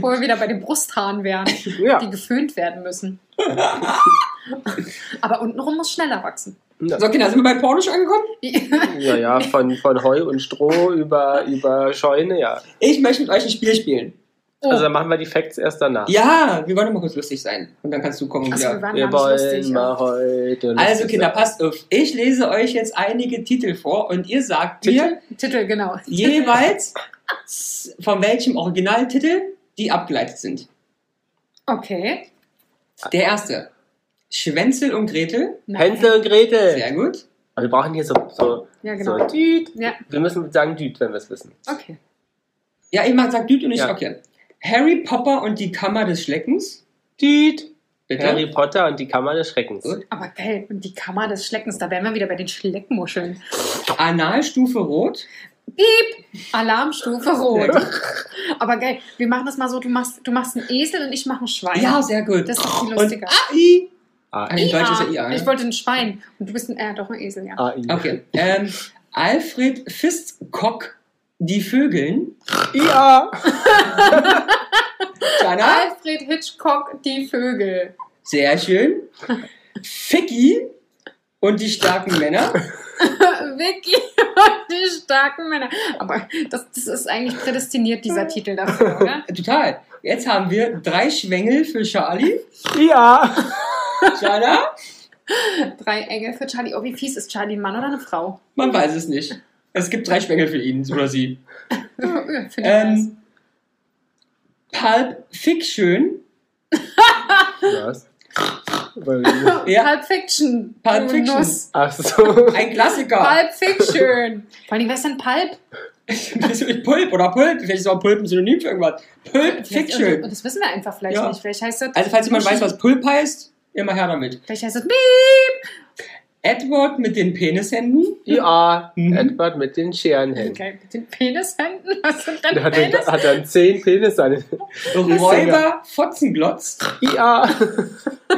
Wo wir wieder bei den Brusthaaren wären, Ja. die geföhnt werden müssen. Aber untenrum muss schneller wachsen. Ja. So, Kinder, sind wir bei Pornisch angekommen? Ja, ja, von, von Heu und Stroh über, über Scheune, ja. Ich möchte mit euch ein Spiel spielen. Oh. Also dann machen wir die Facts erst danach. Ja, wir wollen mal kurz lustig sein. Und dann kannst du kommen. Achso, wir wieder. waren Wir gar nicht wollen lustig. mal heute. lustig Also, Kinder, sein. passt auf. Ich lese euch jetzt einige Titel vor und ihr sagt mir Titel, genau. jeweils, von welchem Originaltitel die abgeleitet sind. Okay. Der erste. Schwänzel und Gretel. Nein. Hänsel und Gretel. Sehr gut. Aber wir brauchen hier so, so, Ja, so genau. Düt. Ja, Wir müssen sagen Düt, wenn wir es wissen. okay. Ja, ich mag, sagt Dude und ich, Ja. okay. Harry Popper und die Kammer des Schleckens. Düt. Bitte. Harry Potter und die Kammer des Schreckens. Gut. Aber geil. Und die Kammer des Schleckens, da wären wir wieder bei den Schleckmuscheln. Analstufe Rot. Piep! Alarmstufe rot. genau. Aber geil, wir machen das mal so, du machst, du machst einen Esel und ich mache ein Schwein. Ja, sehr gut. Das ist doch viel und lustiger. AI. Ah, In Deutsch ist ja IA. IA. Ich Ne? wollte ein Schwein und du bist ein, äh, doch ein Esel, ja. Ah, I. Okay. Ähm, Alfred Fistkock, die Vögeln. IA. Jana. Alfred Hitchcock, die Vögel. Sehr schön. Ficky und die starken Männer. Vicky und die starken Männer. Aber das, das ist eigentlich prädestiniert, Mhm. dieser Titel dafür, oder? Total. Jetzt haben wir drei Schwängel für Charlie. IA. Jana, Drei Engel für Charlie. Oh, wie fies ist Charlie, ein Mann oder eine Frau? man weiß es nicht. Es gibt drei Schwängel für ihn oder sie. Finde ich nice. Mhm. Ähm, Pulp Fiction. Was? Ja, Pulp Fiction. du Pulp Fiction. Nuss. Ach so. ein Klassiker. Pulp Fiction. Vor allem, was ist denn Pulp? Weißt du nicht, Pulp oder Pulp. Vielleicht ist auch Pulp ein Synonym für irgendwas. Pulp also, Und, Fiction. und das wissen wir einfach vielleicht Ja. nicht. Vielleicht heißt das. Also, falls jemand weiß, was Pulp heißt, immer her damit. Vielleicht heißt das Beep. Edward mit den Penishänden. IA. Mhm. Edward mit den Scherenhänden. Okay, mit den Penishänden. Was sind denn Der hat, Penis? hat dann zehn Penis an. Räuber Fotzenglotz. IA.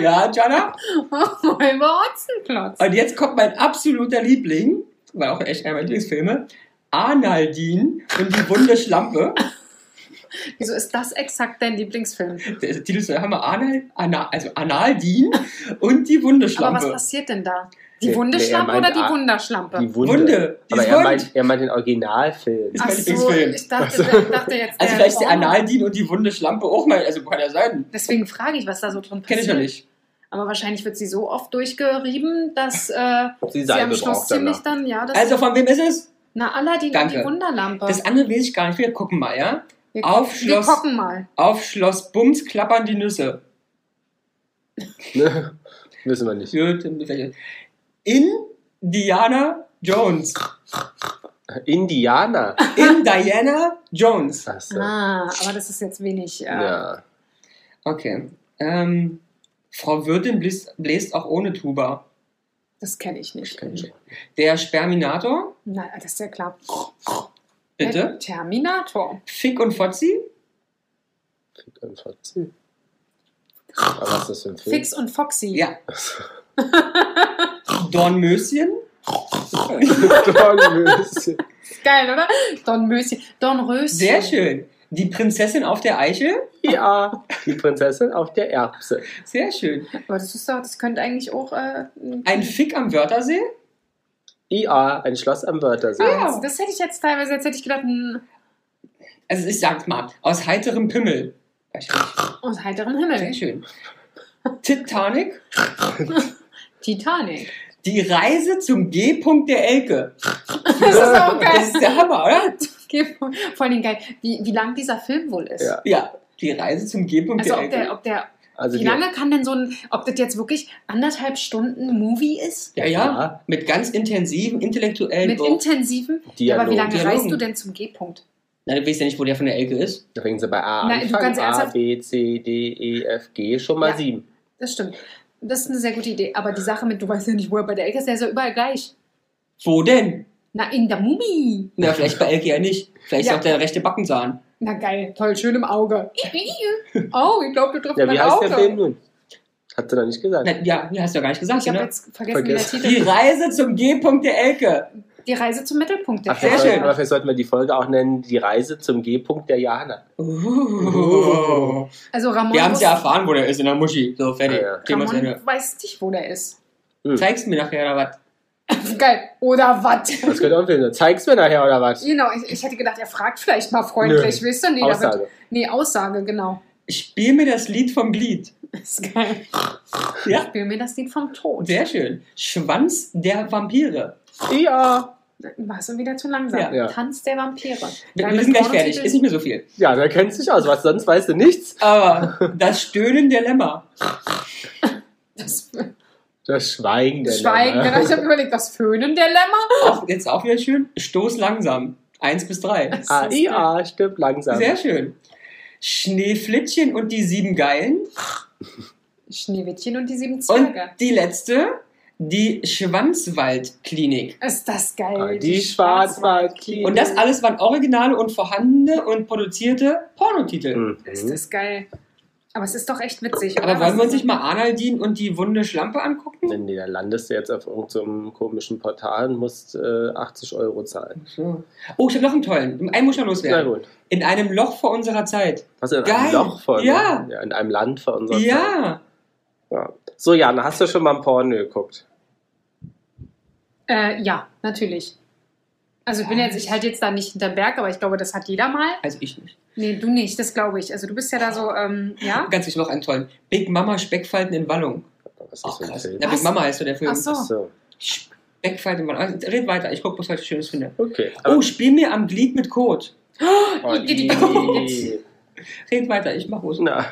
Ja, Jana. Oh, Räuber Otzenklotz. Und jetzt kommt mein absoluter Liebling, war auch echt einer meiner Lieblingsfilme. Arnaldin und die Wunde Schlampe. Wieso ist das exakt dein Lieblingsfilm? Der ist- Titel ist der Hammer. Arnal, Ana, also Arnaldin und die Wunde Aber was Schlampe. passiert denn da? Die Nee, Wundeschlampe nee, er oder meint die A- Wunderschlampe? Die Wunde. Wunde. Die Aber ist er wund. meint, er meint den Originalfilm. ist Ach mein so, Lieblingsfilm. ich dachte, ich dachte jetzt. also der vielleicht ist der Porno. Arnaldin und die Wunde Schlampe auch mal. Also kann ja sein. Deswegen frage ich, was da so drin passiert. Kenne ich ja nicht. Aber wahrscheinlich wird sie so oft durchgerieben, dass äh, Sie sie am Salbe Schluss braucht ziemlich danach. dann, ja, das Also von wem ist es? na Aladdin Danke. und die Wunderlampe. Das andere weiß ich gar nicht. Wir gucken mal, ja? wir, auf wir Schloss- gucken mal. Auf Schloss Bums klappern die Nüsse. Ne? Wissen wir nicht. Für Indiana Jones. Indianer. In Diana Jones. Ach so. Ah, aber das ist jetzt wenig. Äh, Ja. Okay. Ähm, Frau Wirtin bläst, bläst auch ohne Tuba. Das kenne ich nicht. Der Sperminator, Na, das ist ja klar. Der bitte. Hm. Terminator. Fick und Fotzi. Fick und Fotzi. Aber was ist das für ein Film? Fix und Foxy. Ja. Dornmöschen. Dornmöschen. Ist geil, oder? Dornmöschen. Dornröschen. Sehr schön. Die Prinzessin auf der Eichel. ja. Die Prinzessin auf der Erbse. Sehr schön. Aber das ist doch, das könnte eigentlich auch. Äh, ein- Ein Fick am Wörthersee. IA, ein Schloss am Wörthersee. Ah, hm, das hätte ich jetzt teilweise, jetzt hätte ich gedacht, ein Also ich sag's mal, aus heiterem Pimmel. Aus heiterem Sehr halt Himmel. schön. Titanic, Titanic. die Reise zum G-Punkt der Elke. Das ist auch Das geil. ist der Hammer, oder? Okay, Vor allem geil, wie, wie lang dieser Film wohl ist. Ja. Ja, die Reise zum G-Punkt Also der ob Elke. der, ob der, Also wie die- lange kann denn so ein, ob das jetzt wirklich anderthalb Stunden Movie ist? ja, ja, Ja. mit ganz intensiven, intellektuellen Mit intensiven? Ja, aber wie lange Dialogen. reist du denn zum G-Punkt? Na, du weißt ja nicht, wo der von der Elke ist. Da fängt sie bei A Nein, an. du Fang kannst A, ernsthaft- B, C, D, E, F, G, schon mal Ja. sieben. Das stimmt. Das ist eine sehr gute Idee. Aber die Sache mit, du weißt ja nicht, wo er bei der Elke ist, der ist ja überall gleich. Wo denn? Na, in der Mumie. Na, vielleicht bei Elke ja nicht. Vielleicht ist Ja. auch der rechte Backenzahn. Na geil, toll, schön im Auge. Oh, ich glaube, du triffst Ja, wie mein heißt Auge. der Film nun? Hat sie doch nicht gesagt. Na, ja, nee, hast du ja gar nicht gesagt, Ich Genau. habe ne? jetzt vergessen, wie der Vergessen. Titel Die Reise zum G-Punkt der Elke. Die Reise zum Mittelpunkt. der Ach, Sehr sehr Welt. schön. schön. Aber vielleicht sollten wir die Folge auch nennen: Die Reise zum G-Punkt der Jana. Uh. Also Ramon, Wir haben es wus- ja erfahren, wo der ist, in der Muschi. So, fertig. Oh. Ja, ja. Thema zu Ende. Ramon weiß nicht, wo der ist. Hm. Zeigst du mir nachher oder was? Geil. Oder was? Das könnte auch ein Film sein. Zeig's mir nachher oder was? Genau, ich, ich hätte gedacht, er fragt vielleicht mal freundlich, Nö. weißt du? Nee, da Wird, Aussage. nee, Aussage, genau. Spiel mir das Lied vom Glied. Das ist geil. Ja, Spiel mir das Lied vom Tod. sehr schön. Schwanz der Vampire. Ja. Warst du wieder zu langsam? Ja. Ja. Tanz der Vampire. Wir, Dein wir sind gleich Pornotitel- fertig. Ist nicht mehr so viel. Ja, da kennst du dich aus. Was sonst weißt du nichts? Aber das Stöhnen der Lämmer. Das Das Schweigen der Schweigen. Lämmer. Genau. Ich habe überlegt, das Föhnen der Lämmer. Auch, jetzt auch wieder schön. Stoß langsam. Eins bis drei. Das Ah, ist geil. ja, stimmt langsam. Sehr schön. Schneeflittchen und die sieben Geilen. Schneewittchen und die sieben Und Zwerge. die letzte, die Schwanzwaldklinik. ist das geil. Ah, die Schwarzwaldklinik. Und das alles waren originale und vorhandene und produzierte Pornotitel. Mhm. Ist das geil. Aber es ist doch echt witzig. Aber oder? wollen wir uns Was- nicht mal Arnaldin und die wunde Schlampe angucken? Nee, da landest du jetzt auf irgendeinem komischen Portal und musst äh, 80 Euro zahlen. So. Oh, ich habe noch einen tollen. Einen muss ich noch Na loswerden. gut. In einem Loch vor unserer Zeit. Was in Geil. einem Loch vor ne? Ja. ja, in einem Land vor unserer Zeit. Ja. Ja. So, Jan, hast du schon mal ein Porno geguckt? Äh, ja, natürlich. Also ich bin jetzt, ich halte jetzt da nicht hinterm Berg, aber ich glaube, das hat jeder mal. Also ich nicht. Nee, du nicht, das glaube ich. Also du bist ja da so, ähm, ja? Ganz wichtig noch einen tollen. Big Mama Speckfalten in Wallung. Was ist Ach, für ein krass. Film? Na, Big Was? Mama heißt so der Film. Ach so. Ach so. Speckfalten in Wallung. Also, red weiter. Ich gucke, was ich heute Schönes finde. Okay. Oh, spiel mir am Glied mit Kot. Oh, die- i- Red weiter, ich mach los. Na,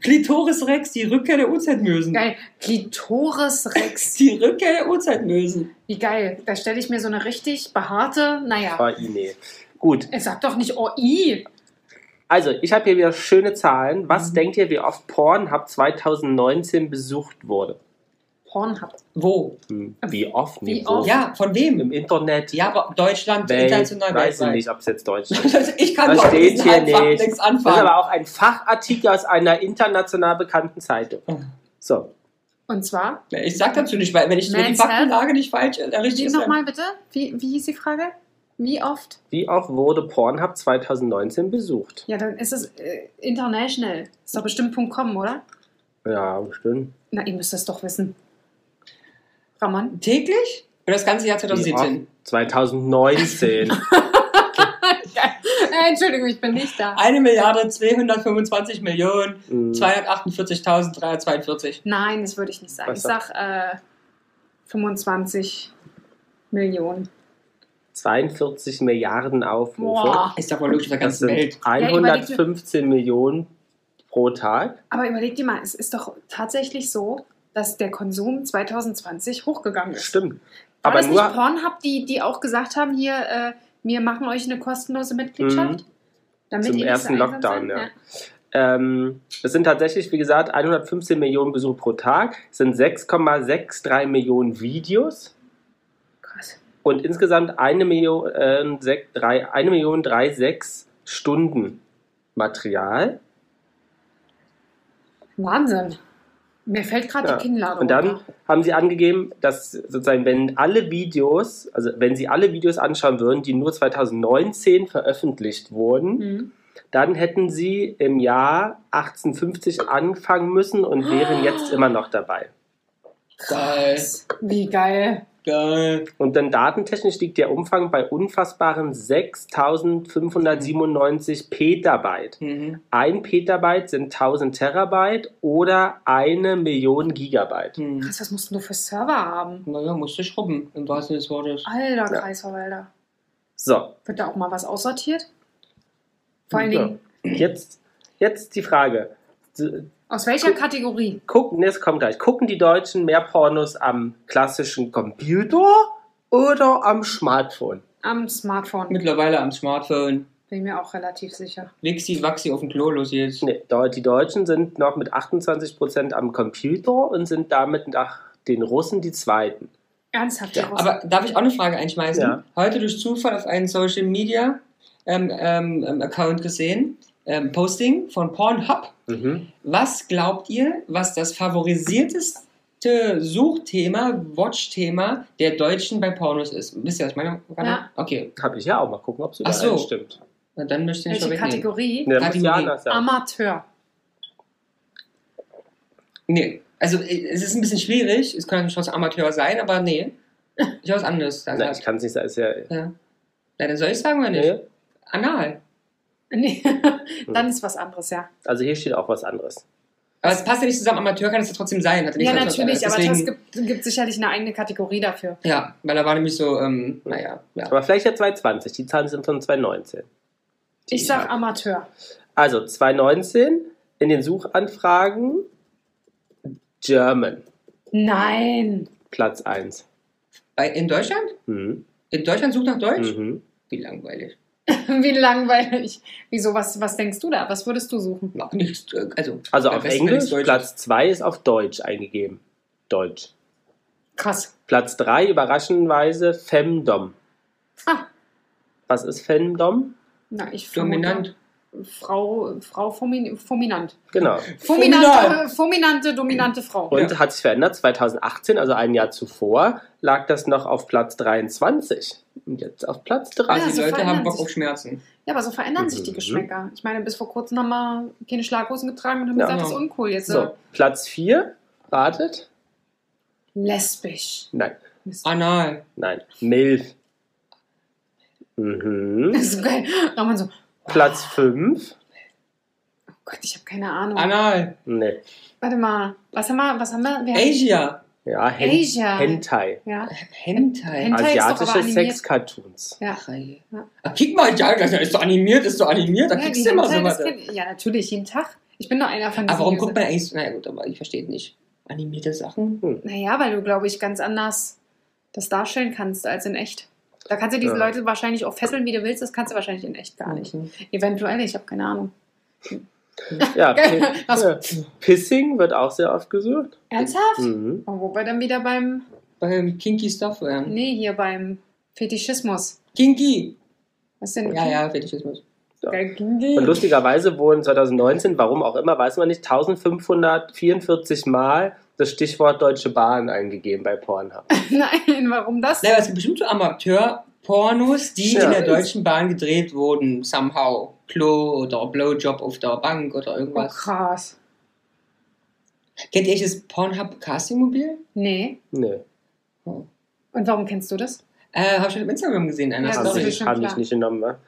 Klitoris Rex, die Rückkehr der Urzeitmösen. Geil. Klitoris Rex. Die Rückkehr der Urzeitmösen. Wie geil. Da stelle ich mir so eine richtig behaarte, naja. war Ine. Gut, Er sagt doch nicht oh, i. also ich habe hier wieder schöne Zahlen. Mhm. Was denkt ihr, wie oft Pornhub 2019 besucht wurde? Pornhub. Wo? Hm, Wie oft? Wie Nee, oft? wo? Ja, von Im wem? Internet? Ja, aber Deutschland, Welt, international, weiß ich weltweit. nicht, ob es jetzt Deutschland ist. Also ich kann Das doch steht mit hier einfach nicht. nichts Das ist anfangen. aber auch ein Fachartikel aus einer international bekannten Zeitung. So, Und zwar, Ich sag dazu nicht, weil wenn, ich, wenn die Men's Faktenlage nicht falsch äh, richtig die ist, dann nochmal bitte. Wie, wie hieß die Frage? Wie oft? wie oft wurde Pornhub 2019 besucht? Ja, dann ist es äh, international. Ist doch bestimmt .com, oder? Ja, bestimmt. Na, ihr müsst das doch wissen. Ramon? täglich? Oder das ganze Jahr Wie 2017? oft? 2019. Äh, Entschuldigung, ich bin nicht da. 1 Milliarde 225 Millionen Hm, 248.342. Nein, das würde ich nicht sagen. Was Ich sag äh, 25 Millionen. 42 Milliarden Aufrufe. Boah. Ich sag mal logisch auf der Das ganzen Welt. sind 115 Millionen pro Tag. Aber überleg dir mal, es ist doch tatsächlich so, dass der Konsum 2020 hochgegangen ist. Stimmt. War Aber das nicht nur. Pornhub, die, die auch gesagt haben, hier, äh, wir machen euch eine kostenlose Mitgliedschaft? Damit Mhm. Zum ihr nicht ersten so einsam Lockdown, seid? ja. Ähm, es sind tatsächlich, wie gesagt, 115 Millionen Besuche pro Tag, es sind 6,63 Millionen Videos Krass. und insgesamt 1 Million, äh, sech- drei- 1 Million 36 Stunden Material. Wahnsinn. Mir fällt gerade Ja. die Kinnlade Und dann runter. haben sie angegeben, dass sozusagen, wenn alle Videos, also wenn sie alle Videos anschauen würden, die nur 2019 veröffentlicht wurden, Hm. dann hätten sie im Jahr 1850 anfangen müssen und wären jetzt immer noch dabei. Geil. Wie geil. Geil. Und dann datentechnisch liegt der Umfang bei unfassbaren 6597 Petabyte. Mhm. Ein Petabyte sind 1000 Terabyte oder eine Million Gigabyte. Mhm. Krass, was musst denn du für Server haben? Naja, musst du schrubben, im wahrsten Sinne des Wortes. Alter Ja. Kreisverwalter. So, Wird da auch mal was aussortiert? Vor allen Ja. Dingen, jetzt, jetzt die Frage. aus welcher Kategorie? Gucken, das kommt gleich. Gucken die Deutschen mehr Pornos am klassischen Computer oder am Smartphone? Am Smartphone. Mittlerweile am Smartphone. Bin mir auch relativ sicher. Wixi, Waxi auf dem Klo los jetzt. Nee, Deu- die Deutschen sind noch mit 28% am Computer und sind damit nach den Russen die Zweiten. Ernsthaft, Ja, Jaros? Aber darf ich auch eine Frage einschmeißen? Ja. Heute durch Zufall auf einen Social Media ähm, ähm, ähm, Account gesehen, ähm, Posting von Pornhub. Mhm. Was glaubt ihr, was das favorisierteste Suchthema, Watchthema der Deutschen bei Pornos ist? Wisst ihr, was ich meine? Ja. Okay, Habe ich ja auch mal gucken, ob es Ach so. übereinstimmt. So. Na, dann möchte ich welche nicht vorwegnehmen. Kategorie? Ne, muss Kategorie. ja anders sein. Amateur. Nee, also äh, es ist ein bisschen schwierig. Es kann schon Amateur sein, aber nee. Ich was anderes. sagen. Nein, ich kann es nicht sagen. Ist ja, ja. Na, dann soll ich sagen oder nicht? nee. Anal. Nee, Hm. dann ist was anderes, ja. Also hier steht auch was anderes. Aber es passt ja nicht zusammen. Amateur kann es ja trotzdem sein. Hat Ja, nichts anderes. natürlich, aber Deswegen- es gibt, gibt sicherlich eine eigene Kategorie dafür. Ja, weil da war nämlich so, ähm, naja, ja. Aber vielleicht ja 220. Die Zahlen sind von 2019. Ich sag Amateur. Also 2019 in den Suchanfragen German, Nein. Platz 1. Bei, in Deutschland? Mhm. In Deutschland sucht nach Deutsch? Mhm. Wie langweilig. Wie langweilig. Wieso, was, was denkst du da? Was würdest du suchen? Mag nichts, äh, also. Also am auf besten, wenn Englisch, es Deutsch Platz 2 ist auf Deutsch eingegeben. Deutsch. Krass. Platz 3 überraschenderweise Femdom. Ah, Was ist Femdom? na, ich ist. Dominant. vermute, Frau, Frau Fumin, Fuminant. Genau. Fuminante, fuminante, dominante Frau. Und hat sich verändert. 2018, also ein Jahr zuvor, lag das noch auf Platz 23. Und jetzt auf Platz 3. Ja, Also so die Leute haben verändert Bock sich- auf Schmerzen. Ja, aber so verändern sich die Mhm. Geschmäcker. Ich meine, bis vor kurzem haben wir keine Schlaghosen getragen und haben Ja. gesagt, das ist uncool. Jetzt äh, So, Platz 4, ratet? lesbisch. Nein, Mist. Anal. nein, MILF. Mhm. Das ist so geil. Ramon so, Platz 5? oh Gott, ich habe keine Ahnung. Anal. Nee. Warte mal, was haben wir? Was haben wir? wir haben, Asia. Ja, Hen Asia. Hentai. ja. Hentai. Hen- Hentai ist doch aber Asiatische animiert. Sex-Cartoons. Ja. Ach, ey. Ja. Ach, Kick mal, ja, das ist doch animiert, ist doch animiert, da ja, kriegst die du immer Hentai, sowas. das kenn- ja, natürlich, jeden Tag. Ich bin doch einer von diesen. Aber warum guckt Usern. man eigentlich so, naja gut, aber ich verstehe nicht. Animierte Sachen? Naja, weil du, glaube ich, ganz anders das darstellen kannst als in echt. Da kannst du diese Ja. Leute wahrscheinlich auch fesseln, wie du willst. Das kannst du wahrscheinlich in echt gar nicht. Okay. Eventuell, ich habe keine Ahnung. Ja, Geil. Pi- Hast- ja. Pissing wird auch sehr oft gesucht. Ernsthaft? Mhm. Oh, wobei dann wieder beim, Beim ähm, Kinky Stuff werden. nee, hier beim Fetischismus. Kinky! Was denn? Ja, ja, Fetischismus. Geil. Und lustigerweise wurden 2019, warum auch immer, weiß man nicht, 1544 Mal das Stichwort Deutsche Bahn eingegeben bei Pornhub. Nein, warum das? Naja, es gibt bestimmt so Amateur-Pornos, die Ja. in der Deutschen Bahn gedreht wurden, somehow. Klo oder Blowjob auf der Bank oder Oh, irgendwas. krass. Kennt ihr das Pornhub-Casting-Mobil? Nee. Nee, Und warum kennst du das? Äh, hab ich schon auf Instagram gesehen, einer Ja, haben das Story. ist mir mich, schon haben mich klar. nicht genommen, ne?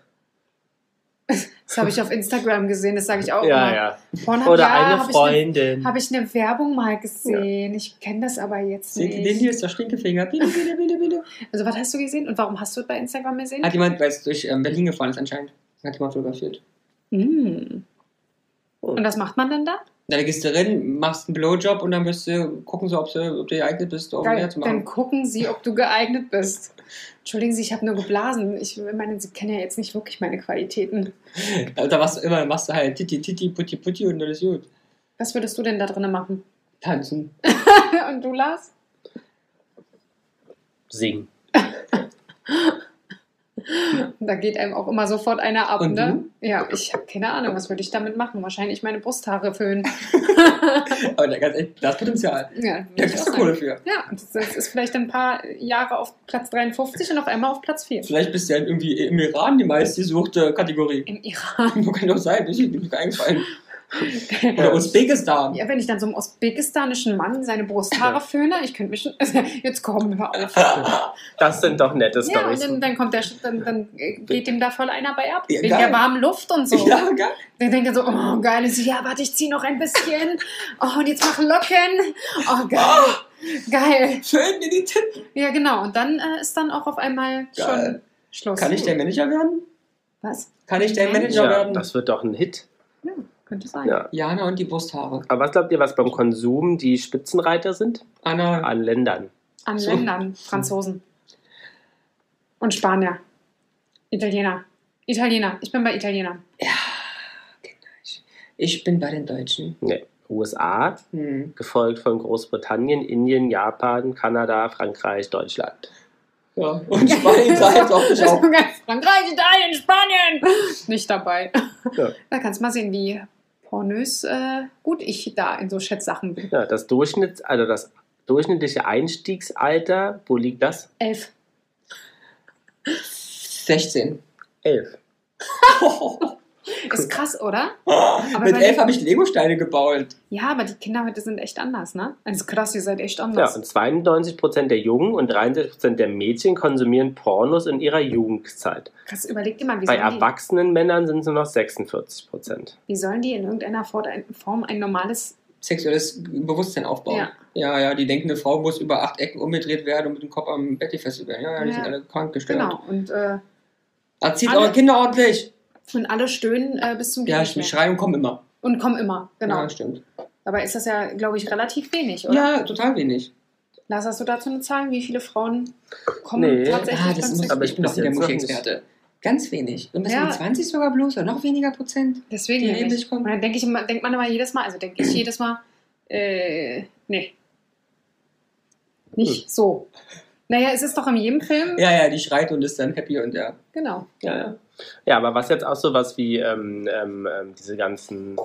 Das habe ich auf Instagram gesehen, das sage ich auch Ja, immer. ja. Pornhub, Oder ja, eine hab ich Freundin. Habe ich eine Werbung mal gesehen. Ich kenne das aber jetzt Seht ihr den nicht. hier? Ist der Stinkefinger. Bitte, bitte, bitte, bitte. Also was hast du gesehen und warum hast du es bei Instagram gesehen? Hat jemand, weil es durch ähm, Berlin gefahren ist anscheinend, hat jemand fotografiert. Mm. Und was macht man denn da? Na, da gehst du rein, machst einen Blowjob und dann wirst du gucken, so, ob, du, ob du geeignet bist, Oh, um mehr Geil, zu dann machen. gucken sie, ob du geeignet bist. Entschuldigen Sie, ich habe nur geblasen. Ich meine, Sie kennen ja jetzt nicht wirklich meine Qualitäten. Also, da machst du immer, machst du halt Titi, Titi, Putti, Putti und dann ist gut. Was würdest du denn da drinnen machen? Tanzen. Und du, Lars? Singen. Da geht einem auch immer sofort einer ab, Und ne? Ja, ich habe keine Ahnung, was würde ich damit machen? Wahrscheinlich meine Brusthaare föhnen. Aber da, ganz ehrlich, da ist Potenzial. Ja, Da würde ich auch kriegst du sagen. Kohle für. Ja, und das ist vielleicht ein paar Jahre auf Platz 53 und auf einmal auf Platz 4. Vielleicht bist du halt ja irgendwie im Iran die meistgesuchte Kategorie. Im Iran. Wo kann doch sein, das ist mir nicht eingefallen. Oder Usbekistan. Ja, wenn ich dann so einem usbekistanischen Mann seine Brusthaare föhne, ich könnte mich schon. Jetzt komm, hör auf. Das sind doch nette Ja, und Storys. dann, dann kommt der, dann, dann äh, geht dem da voll einer bei ab. Ja, wegen geil. der warmen Luft und so. Ja, geil. Dann denkt er so, oh geil, und so, ja, warte, ich zieh noch ein bisschen. Oh, und jetzt mach Locken. Oh, geil. Geil. Schön mir die Titten. Ja, genau. Und dann äh, ist dann auch auf einmal schon Geil. Schluss. Kann ich der Manager werden? Was? Kann ich Mhm. der Manager Ja, werden? das wird doch ein Hit. Ja, könnte sein. Ja. Jana und die Brusthaare. Aber was glaubt ihr, was beim Konsum die Spitzenreiter sind? Anna, An Ländern. An So. Ländern, Franzosen. Und Spanier. Italiener. Italiener. Ich bin bei Italienern. ich bin bei den Deutschen. Nee. USA, Hm. gefolgt von Großbritannien, Indien, Japan, Kanada, Frankreich, Deutschland. Ja. Und Spanien sei auch nicht auf. Frankreich, Italien, Spanien. Nicht dabei. Ja. Da kannst du mal sehen, wie pornös äh, gut ich da in so Schätzsachen bin. Ja, das Durchschnitts, also das durchschnittliche Einstiegsalter, wo liegt das? Elf. 16. Elf. Ist krass, oder? Mit bei- 11 habe ich Legosteine gebaut. Ja, aber die Kinder heute sind echt anders, ne? Also krass, ihr seid echt Ja, anders. und 92% der Jungen und 63% der Mädchen konsumieren Pornos in ihrer Jugendzeit. Krass, überleg dir mal, wie Bei sollen, die, erwachsenen Männern sind es nur noch 46%. wie sollen die in irgendeiner Fort- Form ein normales... Sexuelles Bewusstsein aufbauen. Ja. Ja. ja, die denkende Frau muss über acht Ecken umgedreht werden und mit dem Kopf am Betty festgehalten werden. Ja, ja, die Ja. sind alle krank gestört. Genau, und... Äh, Erzieht Alle- eure Kinder ordentlich. Und alle stöhnen äh, bis zum Ja, Geht ich nicht mehr. schreien und kommen immer. Und kommen immer, genau. Ja, stimmt. Dabei ist das ja, glaube ich, relativ wenig, oder? Ja, total wenig. Lars, hast du dazu eine Zahl, wie viele Frauen kommen Nee. tatsächlich? Ah, das beim muss, Sex? Aber ich bin bis doch wieder jetzt noch Mutti-Experte. Ganz wenig. Und bis Ja. ja. 20 sogar bloß, oder noch weniger Prozent. Deswegen die ja ähnlich nicht. kommen. Und dann denke ich immer, denkt man immer jedes Mal, also denke ich jedes Mal, äh, nee. Hm. Nicht so. Naja, es ist doch in jedem Film. Ja, ja, die schreit und ist dann happy und ja. Genau. Ja, ja. Ja, aber was jetzt auch so was wie ähm, ähm, ähm, diese ganzen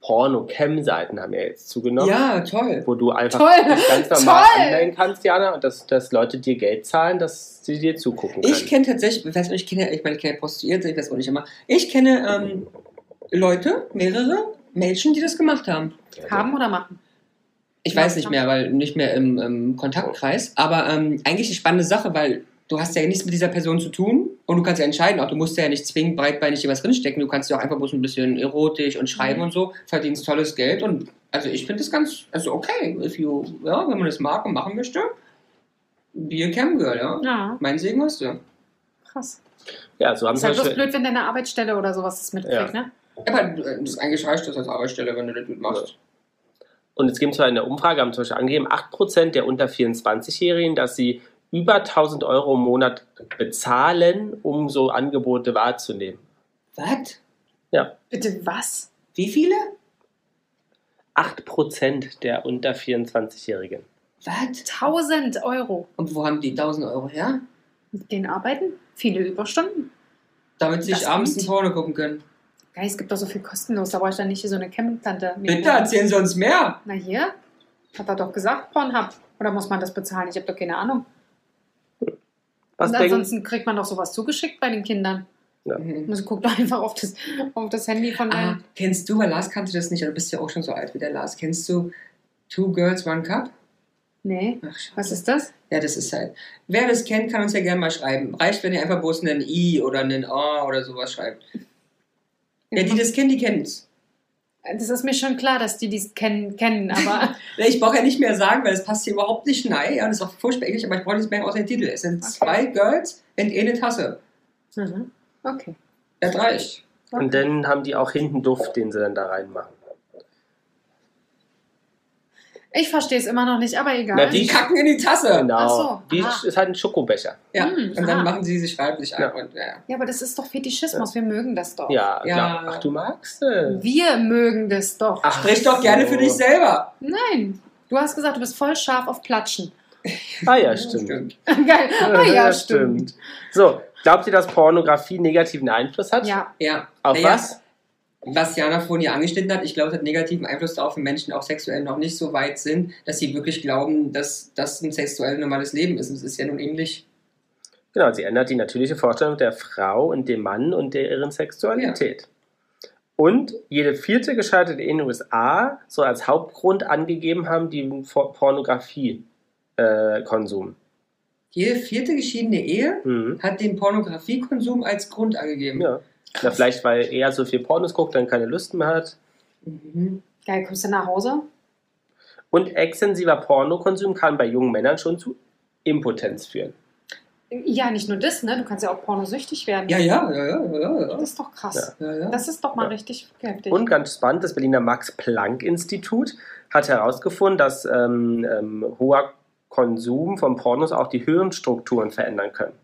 Porno-Cam-Seiten haben ja jetzt zugenommen. Ja, toll. Wo du einfach Toll. dich ganz normal Toll. anmelden kannst, Jana, und dass, dass Leute dir Geld zahlen, dass sie dir zugucken können. Ich kenne tatsächlich, ich weiß nicht, ich kenne, ich meine, ich kenne Prostituierte, ich weiß auch nicht immer. Ich kenne ähm, Leute, mehrere Menschen, die das gemacht haben. Haben oder machen? Ich weiß nicht mehr, weil nicht mehr im, im Kontaktkreis, aber ähm, eigentlich eine spannende Sache, weil du hast ja nichts mit dieser Person zu tun und du kannst ja entscheiden, auch du musst ja nicht zwingend breitbeinig hier was drinstecken, du kannst ja auch einfach bloß ein bisschen erotisch und schreiben Mhm. und so, verdienst tolles Geld und also ich finde das ganz, also okay, if you, ja, wenn man das mag und machen möchte, be a cam girl, ja. Ja, Mein Segen hast du. krass. Ja, so haben Ist zum halt bloß Beispiel, blöd, wenn deine Arbeitsstelle oder sowas das mitkriegt, ne? Aber äh, das ist eigentlich reicht das als Arbeitsstelle, wenn du das gut machst. und es gibt zwar in der Umfrage, haben zum Beispiel angegeben, 8% der unter 24-Jährigen, dass sie über 1000 Euro im Monat bezahlen, um so Angebote wahrzunehmen. Was? Bitte was? Wie viele? 8% der unter 24-Jährigen. Was? 1000 Euro. Und wo haben die 1000 Euro her? Mit denen arbeiten? Viele Überstunden? Damit sie Das sich abends gut. in vorne gucken können. Geil, es gibt doch so viel kostenlos, da brauche ich dann nicht hier so eine Campingtante. Bitte erzählen sie uns mehr. Na hier, hat er doch gesagt, Pornhub. Oder muss man das bezahlen? Ich habe doch keine Ahnung. Was Und denken? ansonsten kriegt man doch sowas zugeschickt bei den Kindern. Mhm. Man guckt doch einfach auf das, auf das Handy von Ah, deinem. kennst du, weil Lars kannte das nicht, aber du bist ja auch schon so alt wie der Lars. Kennst du Two Girls, One Cup? Nee, Ach, scheiße. was ist das? Ja, das ist halt. Wer das kennt, kann uns ja gerne mal schreiben. Reicht, wenn ihr einfach bloß einen I oder einen A oder sowas schreibt. Ja, die das kennen, die kennen's. das ist mir schon klar, dass die dies kennen, kennen aber Ich brauche ja nicht mehr sagen, weil das passt hier überhaupt nicht rein. Ja, das ist auch furchtbar eklig, aber ich brauche nicht mehr aus dem Titel. Es sind Okay. zwei Girls und eine Tasse. Mhm. okay. Das reicht. Und dann haben die auch hinten Duft, den sie dann da reinmachen. Ich verstehe es immer noch nicht, aber egal. Na, Die die- kacken in die Tasse. Ach Genau. so, Wie ah. ist halt ein Schokobecher. Ja, Hm, und dann ah. machen sie sich schreiblich an. Ja. Und, ja. ja, aber das ist doch Fetischismus, wir mögen das doch. Ja, Ja. klar. Ach, du magst es. Wir mögen das doch. Ach, Sprich doch gerne für dich so. selber. Nein, du hast gesagt, du bist voll scharf auf Platschen. Ah ja, stimmt. Geil, ah, ja, stimmt. So, glaubt ihr, dass Pornografie negativen Einfluss hat? Ja, Ja. Auf Naja, was? Was Jana vorhin hier angeschnitten hat, ich glaube, das hat negativen Einfluss darauf, wenn Menschen auch sexuell noch nicht so weit sind, dass sie wirklich glauben, dass das ein sexuell normales Leben ist. Und es ist ja nun ähnlich. Genau, sie ändert die natürliche Vorstellung der Frau und dem Mann und deren Sexualität. Und jede vierte Gescheiterte in den USA so als Hauptgrund angegeben haben, den äh, Pornografie-Konsum. Jede vierte geschiedene Ehe Mhm. hat den Pornografiekonsum als Grund angegeben. Ja. Na, vielleicht, weil er so viel Pornos guckt, dann keine Lust mehr hat. Mhm. Geil, kommst du nach Hause? Und extensiver Pornokonsum kann bei jungen Männern schon zu Impotenz führen. Ja, nicht nur das, ne? Du kannst ja auch pornosüchtig werden. Ja, ja, ja, ja, ja, ja. Das ist doch krass. ja, ja. Das ist doch mal Ja. richtig heftig. Und ganz spannend, das Berliner Max-Planck-Institut hat herausgefunden, dass ähm, ähm, hoher Konsum von Pornos auch die Hirnstrukturen verändern können.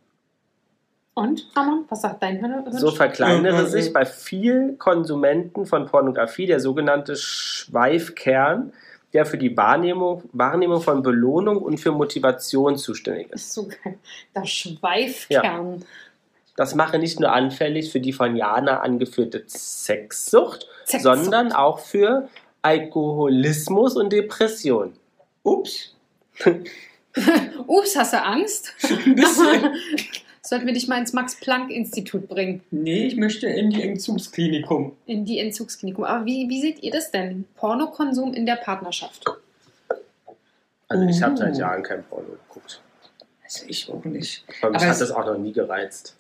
Und, Ramon, was sagt dein Hirn? So verkleinere Mhm. sich bei vielen Konsumenten von Pornografie der sogenannte Schweifkern, der für die Wahrnehmung, Wahrnehmung von Belohnung und für Motivation zuständig ist. ist so geil. Der Schweifkern. Das mache nicht nur anfällig für die von Jana angeführte Sexsucht, Sexsucht. sondern auch für Alkoholismus und Depression. Ups. Ups, hast du Angst? Ein bisschen. Sollten wir dich mal ins Max-Planck-Institut bringen, nee, ich möchte in die Entzugsklinikum. in die Entzugsklinikum. Aber wie, wie seht ihr das denn? Pornokonsum in der Partnerschaft. Also ich habe Mhm. seit Jahren kein Porno geguckt. Also ich auch nicht. Aber mich Aber hat es- das auch noch nie gereizt.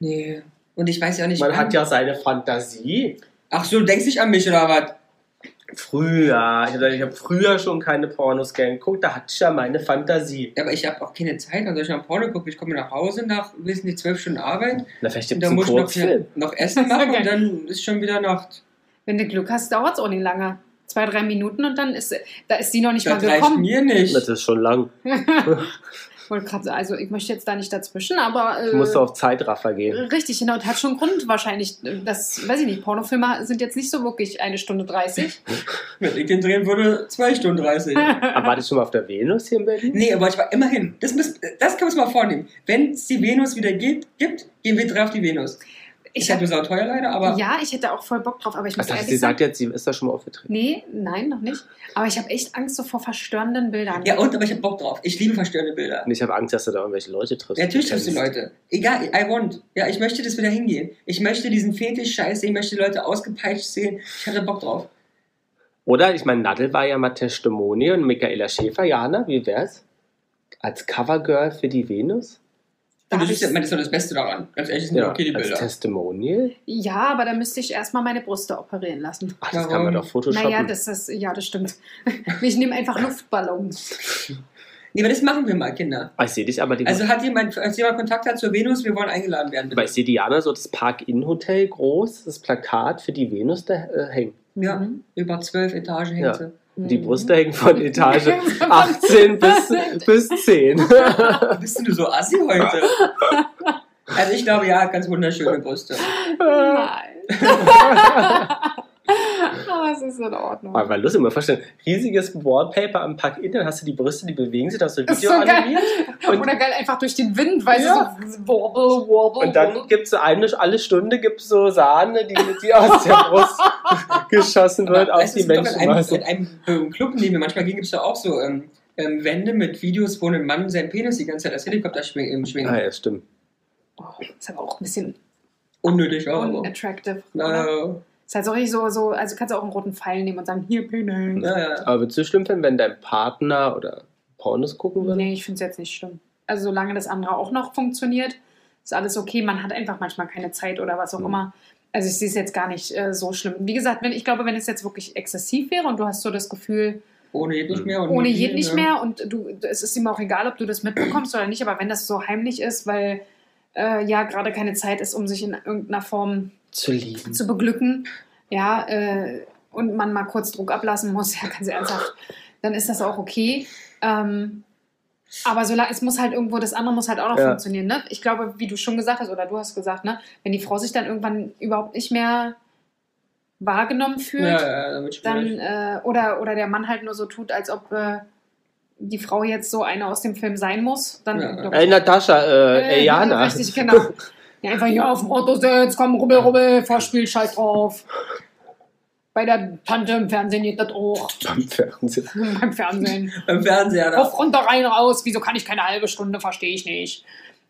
Nee. Und ich weiß ja auch nicht, Man wann- hat ja seine Fantasie. Ach so, du denkst nicht an mich oder was? Früher, ich habe hab früher schon keine Pornos gern geguckt, da hatte ich ja meine Fantasie. Ja, aber ich habe auch keine Zeit, dann soll ich nach Porno gucken. Ich komme nach Hause nach, wissen die zwölf Stunden Arbeit. Na, vielleicht Und gibt es dann einen muss ich noch, Kurzfilm. hier, noch Essen machen und dann ist schon wieder Nacht. Wenn du Glück hast, dauert es auch nicht lange. Zwei, drei Minuten und dann ist, da ist sie noch nicht Das mal reicht gekommen. mir nicht. Das ist schon lang. Wollte gerade sagen, also ich möchte jetzt da nicht dazwischen, aber äh, Du musst auf Zeitraffer gehen. richtig, genau, und hat schon Grund wahrscheinlich. Das weiß ich nicht, Pornofilme sind jetzt nicht so wirklich eine Stunde 30. Wenn ich den drehen würde, zwei Stunden 30. Aber wartest du mal auf der Venus hier in Berlin? Nee, aber ich war immerhin. Das, müssen, das können wir uns mal vornehmen. Wenn es die Venus wieder geht, gibt, gehen wir drauf die Venus. Ich hab- habe sau teuer leider, aber ja, ich hätte auch voll Bock drauf, aber ich muss Also, ehrlich sie sagen, sagt jetzt, sie ist da schon mal aufgetreten. Nee, nein, noch nicht. Aber ich habe echt Angst so vor verstörenden Bildern. ja und aber ich habe Bock drauf. Ich liebe verstörende Bilder. Und ich habe Angst, dass du da irgendwelche Leute triffst. Ja, Natürlich triffst triffst du Leute. Egal, I want. Ja, ich möchte, dass wir da hingehen. Ich möchte diesen Fetisch-Scheiß sehen, ich möchte die Leute ausgepeitscht sehen. Ich hatte Bock drauf. Oder, ich meine, Nadel war ja mal Testimonial und Michaela Schäfer, Jana, wie wär's? Als Covergirl für die Venus? Da Und hab das ist, ja- ich- das ist doch das Beste daran. Ganz ehrlich, sind ja, okay, die als Bilder. Testimonial? ja, aber da müsste ich erstmal meine Brüste operieren lassen. Ach, das Warum? kann man doch photoshoppen. Naja, das ist, ja, das stimmt. Ich nehme einfach Luftballons. Nee, aber das machen wir mal, Kinder. Ah, ich sehe dich aber die Also hat jemand, falls jemand Kontakt hat zur Venus, wir wollen eingeladen werden. Aber ich sehe die Jana so das Park-In-Hotel groß, das Plakat für die Venus da äh, hängt. Ja, Mhm. über zwölf Etagen hängt Ja. sie. Die Mhm. Brüste hängen von Etage 18 bis, bis 10. Warum bist denn du so assi heute? also ich glaube, ja, hat ganz wunderschöne Brüste. Nein. aber es Oh, ist in Ordnung. Aber lustig, mal vorstellen, riesiges Wallpaper am Park-In, dann hast du die Brüste, die bewegen sich, da hast du Ist Video so geil. animiert. Und- Oder geil einfach durch den Wind, weil Ja. sie so wobble, wobble. Und dann wobble. gibt es so eine, alle Stunde gibt's so Sahne, die, die aus der Brust geschossen wird Aber auf es die ist doch in einem, in Menschenmasse. einem ähm, Club, in dem wir manchmal gehen, gibt es da auch so ähm, ähm, Wände mit Videos, wo ein Mann seinen Penis die ganze Zeit als Helikopter schwing, ähm, schwingt. Ah, ja, stimmt. Oh, ist aber auch ein bisschen Unnötig auch. aber- unattractive. oder? Naja, Ist halt so richtig so, so, also kannst du auch einen roten Pfeil nehmen und sagen, hier, Penis. naja. Aber würdest du schlimm finden, wenn dein Partner oder Pornos gucken würde? Nee, ich finde es jetzt nicht schlimm. Also solange das andere auch noch funktioniert, ist alles okay. Man hat einfach manchmal keine Zeit oder was auch Mhm. immer. Also ich sehe es jetzt gar nicht äh, so schlimm. Wie gesagt, wenn, ich glaube, wenn es jetzt wirklich exzessiv wäre und du hast so das Gefühl, Ohne jed Mhm. nicht mehr. und ohne mit jeden ihr, nicht ne? mehr und du, es ist ihm auch egal, ob du das mitbekommst oder nicht, aber wenn das so heimlich ist, weil äh, ja gerade keine Zeit ist, um sich in irgendeiner Form Zu lieben. zu beglücken, ja, äh, und man mal kurz Druck ablassen muss, ja, ganz ernsthaft, dann ist das auch okay. Ähm, aber solange, es muss halt irgendwo, das andere muss halt auch noch Ja. funktionieren, ne? Ich glaube, wie du schon gesagt hast, oder du hast gesagt, ne, wenn die Frau sich dann irgendwann überhaupt nicht mehr wahrgenommen fühlt, Ja, ja, dann wird dann, schwierig. äh, oder, oder der Mann halt nur so tut, als ob äh, die Frau jetzt so eine aus dem Film sein muss, dann Ja, ja. glaub ich, Ey, Natascha, äh, ey, äh, Jana. Richtig, genau. Ja, einfach hier auf dem Auto sitzt, komm, rubbel, rubbel, Vorspiel, scheiß drauf. Bei der Tante im Fernsehen geht das auch. Beim Fernsehen. Beim Fernsehen. Im Fernseher. Da. Auf, runter, rein, raus. Wieso kann ich keine halbe Stunde? Verstehe ich nicht.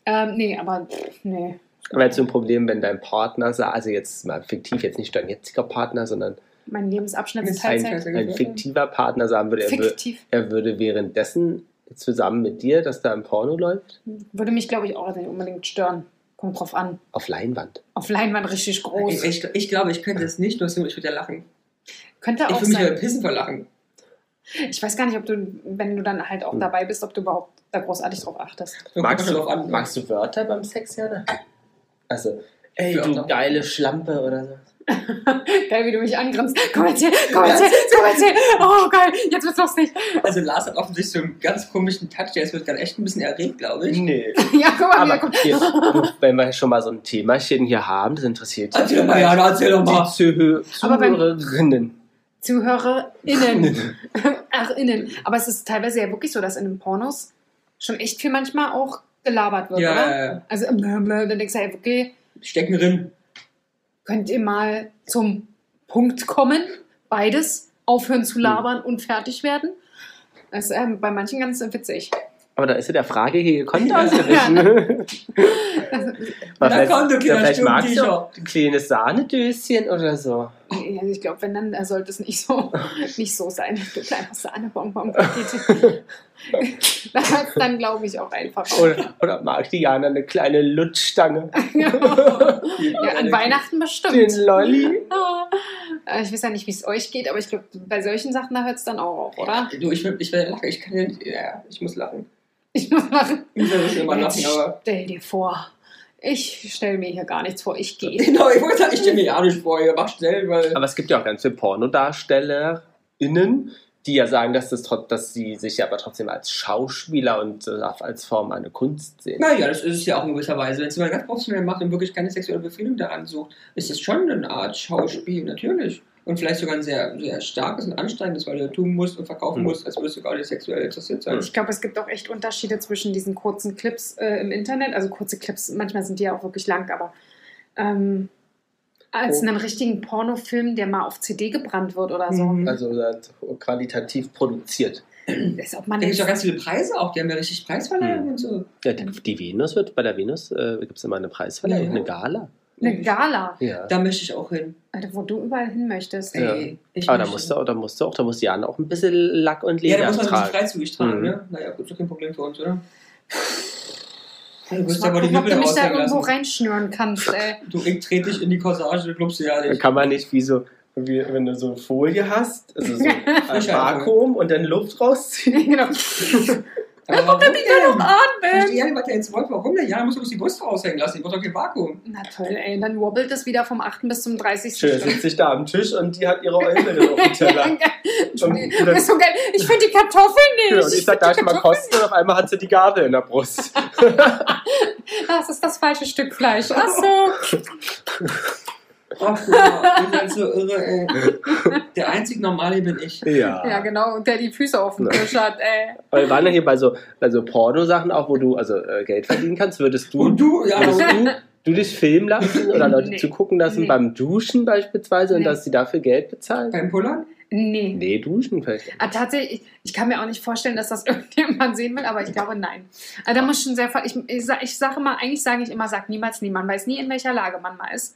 Ähm, nee, aber pff, nee. Aber hättest du ein Problem, wenn dein Partner, sa- also jetzt mal fiktiv, jetzt nicht dein jetziger Partner, sondern Mein Lebensabschnitt ist Ist ein, Teilzeit. Teilzeit. ein fiktiver Partner sagen würde, er, wür, Fiktiv. er würde währenddessen zusammen mit dir, dass da ein Porno läuft, Würde mich, glaube ich, auch nicht unbedingt stören. Kommt drauf an. auf Leinwand. Auf Leinwand richtig groß. Ich, ich, ich glaube, ich könnte es nicht, nur ich würde ja lachen. Könnte Ich auch würde mich halt ja sein. pissen vor Lachen. Ich weiß gar nicht, ob du, wenn du dann halt auch Hm. dabei bist, ob du überhaupt da großartig drauf achtest. Da Magst kommt du, man drauf an. magst du Wörter beim Sex, Jana? Also, ey, Ja, du doch. geile Schlampe oder so. Geil, wie du mich angrinst. Komm jetzt hier, komm jetzt hier, komm jetzt hier. Oh, geil, jetzt wird's lustig. Also Lars hat offensichtlich so einen ganz komischen Touch, der ist gerade echt ein bisschen erregt, glaube ich. Nee. Ja, guck mal, wieder, Aber guck. hier, du, wenn wir schon mal so ein Themachen hier haben, das interessiert Erzähl doch mal, Jana, erzähl doch die mal. Zuhö Aber beim- Zuhörerinnen. ZuhörerInnen. Ach, innen. Aber es ist teilweise ja wirklich so, dass in den Pornos schon echt viel manchmal auch gelabert wird, oder? Ja, ja, Also, blö, blö, dann denkst du, ey, okay, stecken drin. könnt ihr mal zum Punkt kommen, beides, aufhören zu labern und fertig werden. Das ist ähm, bei manchen ganz witzig. Aber da ist ja der Frage hier gekonnt Ja. ausgewichen. Na Aber vielleicht- komm, du ja, kleiner vielleicht magst du Stimmtiecher. ein kleines Sahnedöschen oder so. Ja, Ich glaube, wenn dann äh, sollte es nicht so, nicht so sein. Du kleiner Sahnebonbon-Paket. Das dann glaube ich auch einfach. Oder, oder mag die Jana eine kleine Lutschstange? Ja, an Weihnachten bestimmt. Den Lolli? Ah. Äh, Ich weiß ja nicht, wie es euch geht, aber ich glaube, bei solchen Sachen, da hört es dann auch auf, oder? Du, ich will, ich will lachen, ich kann ja nicht, ja, ich muss lachen. Ich muss machen. Ich muss immer lachen, Jetzt aber... stell dir vor, ich stelle mir hier gar nichts vor, ich gehe. Genau, ich wollte sagen, ich stelle mir ja nicht vor, ihr mach schnell, weil... Aber es gibt ja auch ganz viele PornodarstellerInnen, die ja sagen, dass, das, trot- dass sie sich aber trotzdem als Schauspieler und äh, als Form einer Kunst sehen. Naja, das ist es ja auch in gewisser Weise. Wenn es jemand ganz professionell macht und wirklich keine sexuelle Befriedigung daran sucht, ist es schon eine Art Schauspiel, natürlich. Und vielleicht sogar ein sehr, sehr starkes und anstrengendes, weil du tun musst und verkaufen Mhm. musst, als würdest du gar nicht sexuell interessiert sein. Hm. Ich glaube, es gibt auch echt Unterschiede zwischen diesen kurzen Clips äh, im Internet. Also kurze Clips, manchmal sind die ja auch wirklich lang, aber ähm, als Oh. in einem richtigen Pornofilm, der mal auf CD gebrannt wird oder so. Mhm. Also äh, qualitativ produziert. Ist, ob man Da gibt es jetzt- auch ganz viele Preise auch, die haben ja richtig Preisverleihungen Mhm. und so. Ja, die, die Venus wird, bei der Venus äh, gibt es immer eine Preisverleihung, Ja. eine Gala. eine Gala, Ja. Da möchte ich auch hin. Alter, wo du überall hin möchtest. Ja. Ey, ich Aber da möchte- musst du auch, da musst du auch, da muss Jan auch ein bisschen Lack und Ja, Leder da muss man sich tragen. freizügig tragen, Mhm. ne? Naja, gut, so kein Problem für uns, oder? Du Ich wirst mal aber die gucken, ob du Nippel mich da raushängen irgendwo lassen. reinschnüren kannst, ey. Du, ich trete dich in die Corsage, du glaubst ja Da nicht. kann man nicht wie so, wie, wenn du so Folie hast, also so ein Frischer Vakuum und dann Luft rausziehen. genau. Aber warum denn? Ich Atmen! verstehe ja nicht, was der jetzt wollte. Warum denn? Ja, muss bloß die Brust raushängen lassen. Ich brauche doch kein Vakuum. Na toll, ey. Dann wobbelt es wieder vom 8. bis zum 30. Schön, Stück. sitzt sich da am Tisch und die hat ihre Eule auf dem Teller. Entschuldigung, das ist so geil. Ich finde die Kartoffeln nicht. Ja, und ich sag, darf ich mal kosten? Und auf einmal hat sie die Gabel in der Brust. Ah, Das ist das falsche Stück Fleisch. Ach so. Ach, ja, ich bin halt so irre, ey. Der einzig Normale bin ich. Ja. Ja, genau. Und der die Füße auf dem Ja. Tisch hat, ey. Aber wir waren ja hier bei so, bei so Pornosachen auch, wo du also äh, Geld verdienen kannst, würdest du Und du, ja, Würdest du, du dich filmen lassen oder Leute Nee. zugucken lassen Nee. beim Duschen beispielsweise und Nee. dass sie dafür Geld bezahlen? beim Pullern? Nee. Nee, duschen vielleicht. Ah, tatsächlich, ich, ich kann mir auch nicht vorstellen, dass das irgendjemand sehen will, aber ich glaube, nein. Also, da muss schon sehr. ver- Ich, ich, sag- ich sage immer, eigentlich sage ich immer, sag niemals nie. Man weiß nie, in welcher Lage man mal ist.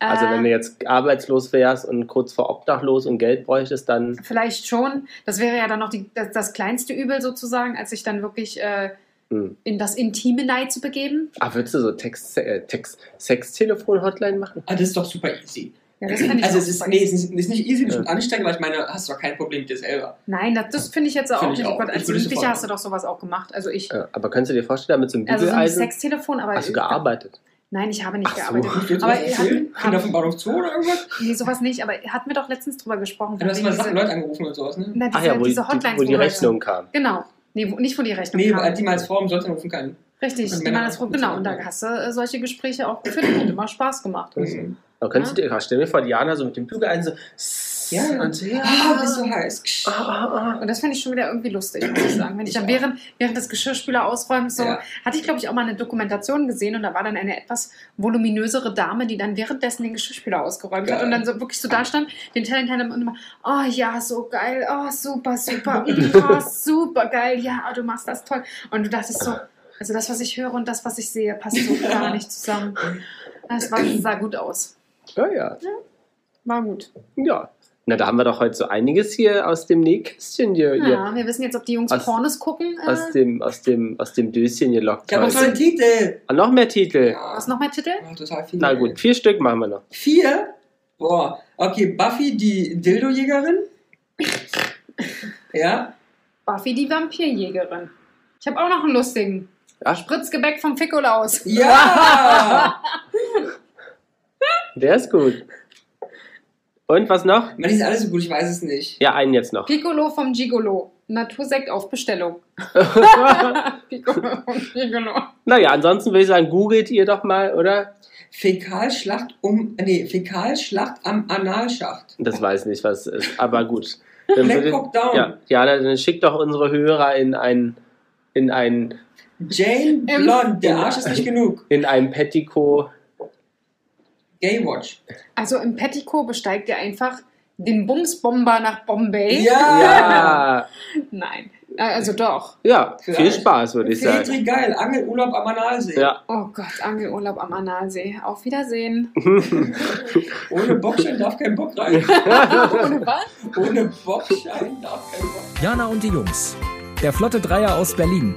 Also wenn du Äh, jetzt arbeitslos wärst und kurz vor obdachlos und Geld bräuchtest, dann Vielleicht schon. Das wäre ja dann noch die, das, das kleinste Übel sozusagen, als sich dann wirklich äh, hm. in das Intime Neid zu begeben. ah, würdest du so Text, äh, Text Sextelefon-Hotline machen? Ah, das ist doch super easy. Ja, das fände ich Also, auch es ist, super. nee, es ist es ist nicht easy, Ja. bestimmt anstrengend, weil ich meine, hast du doch kein Problem mit dir selber. Nein, das, das finde ich jetzt auch Finde ich nicht. auch. Oh Gott, Ich als würde Jugendlicher sofort hast du doch sowas auch gemacht. Also ich, Äh, aber kannst du dir vorstellen, damit so einem also so ein Bügeleisen Sextelefon, aber hast du gearbeitet? nein, ich habe nicht Ach so. gearbeitet. Musst du jetzt Aber was erzählen? ihr habt- Kinder vom Bahnhof Zoo oder irgendwas? Nee, sowas nicht, aber hatten wir doch letztens drüber gesprochen. Ja, Du hast von mal wegen Sachen, diese- Leute angerufen und sowas, ne? Na, diese, Ach Ah ja, wo, diese die, Hotlines, wo die Leute- Rechnung kam. Genau. Nee, wo, nicht wo die Rechnung Nee, kam. die Also man als Frau umsonst anrufen kann. Richtig, Und die Männer man das, auch. genau. Und da hast du äh, solche Gespräche auch geführt und hat immer Spaß gemacht. Mhm. Aber kannst du dir, ach, stell dir vor, Diana so mit dem Bügeleisen so Ja, ja. und so, ja. Ah, bist du heiß. Ah, ah, ah. Und das fände ich schon wieder irgendwie lustig, muss ich sagen. Wenn ich Ich dann auch. während, während des Geschirrspüler ausräumens so, Ja. hatte ich glaube ich auch mal eine Dokumentation gesehen und da war dann eine etwas voluminösere Dame, die dann währenddessen den Geschirrspüler ausgeräumt hat Geil. und dann so wirklich so da stand, den Teller in der Hand und immer, oh ja, so geil, oh super, super, mm, oh, super geil, ja, du machst das toll. Und du dachtest so, Also das, was ich höre und das, was ich sehe, passt so gar nicht zusammen. Das war, sah gut aus. Ja, ja. War gut. Ja. Na, da haben wir doch heute so einiges hier aus dem Nähkästchen hier, hier Ja, wir wissen jetzt, ob die Jungs Aus- Pornos gucken. Äh, aus dem, aus dem, aus dem Döschen gelockt Ich habe auch schon einen heute. Titel. Ah, noch mehr Titel. was noch mehr Titel? Ja, total viel. Na gut, vier Stück machen wir noch. Vier. Boah. Okay, Buffy, die Dildo-Jägerin. Ja. Buffy die Vampirjägerin. Ich habe auch noch einen lustigen. Ja. Spritzgebäck vom Ficolaus. Ja! Der ist gut. Und was noch? Man, die sind alle so gut, ich weiß es nicht. Ja, einen jetzt noch. Piccolo vom Gigolo. Natursekt auf Bestellung. Piccolo vom Gigolo. naja, ansonsten würde ich sagen, googelt ihr doch mal, oder? Fäkalschlacht um. Nee, Fäkalschlacht am Analschacht. Das weiß nicht, was es ist, aber gut. Dann Black würde- Hawk Down. Ja, ja, dann schickt doch unsere Hörer in einen, in einen, Jane Ähm. Blond, der Arsch ist nicht genug. in einen Petticoat. Gay Watch. Also im Pettico besteigt er einfach den Bumsbomber nach Bombay. Ja, Nein. Äh, Also doch. ja, viel Vielleicht. Spaß, würde ich sagen. Petri geil, Angelurlaub am Analsee. Ja. Oh Gott, Angelurlaub am Analsee. Auf Wiedersehen. Ohne Bockschein darf kein Bock rein. Ohne was? Ohne Bockschein darf kein Bock Jana und die Jungs. Der Flotte Dreier aus Berlin.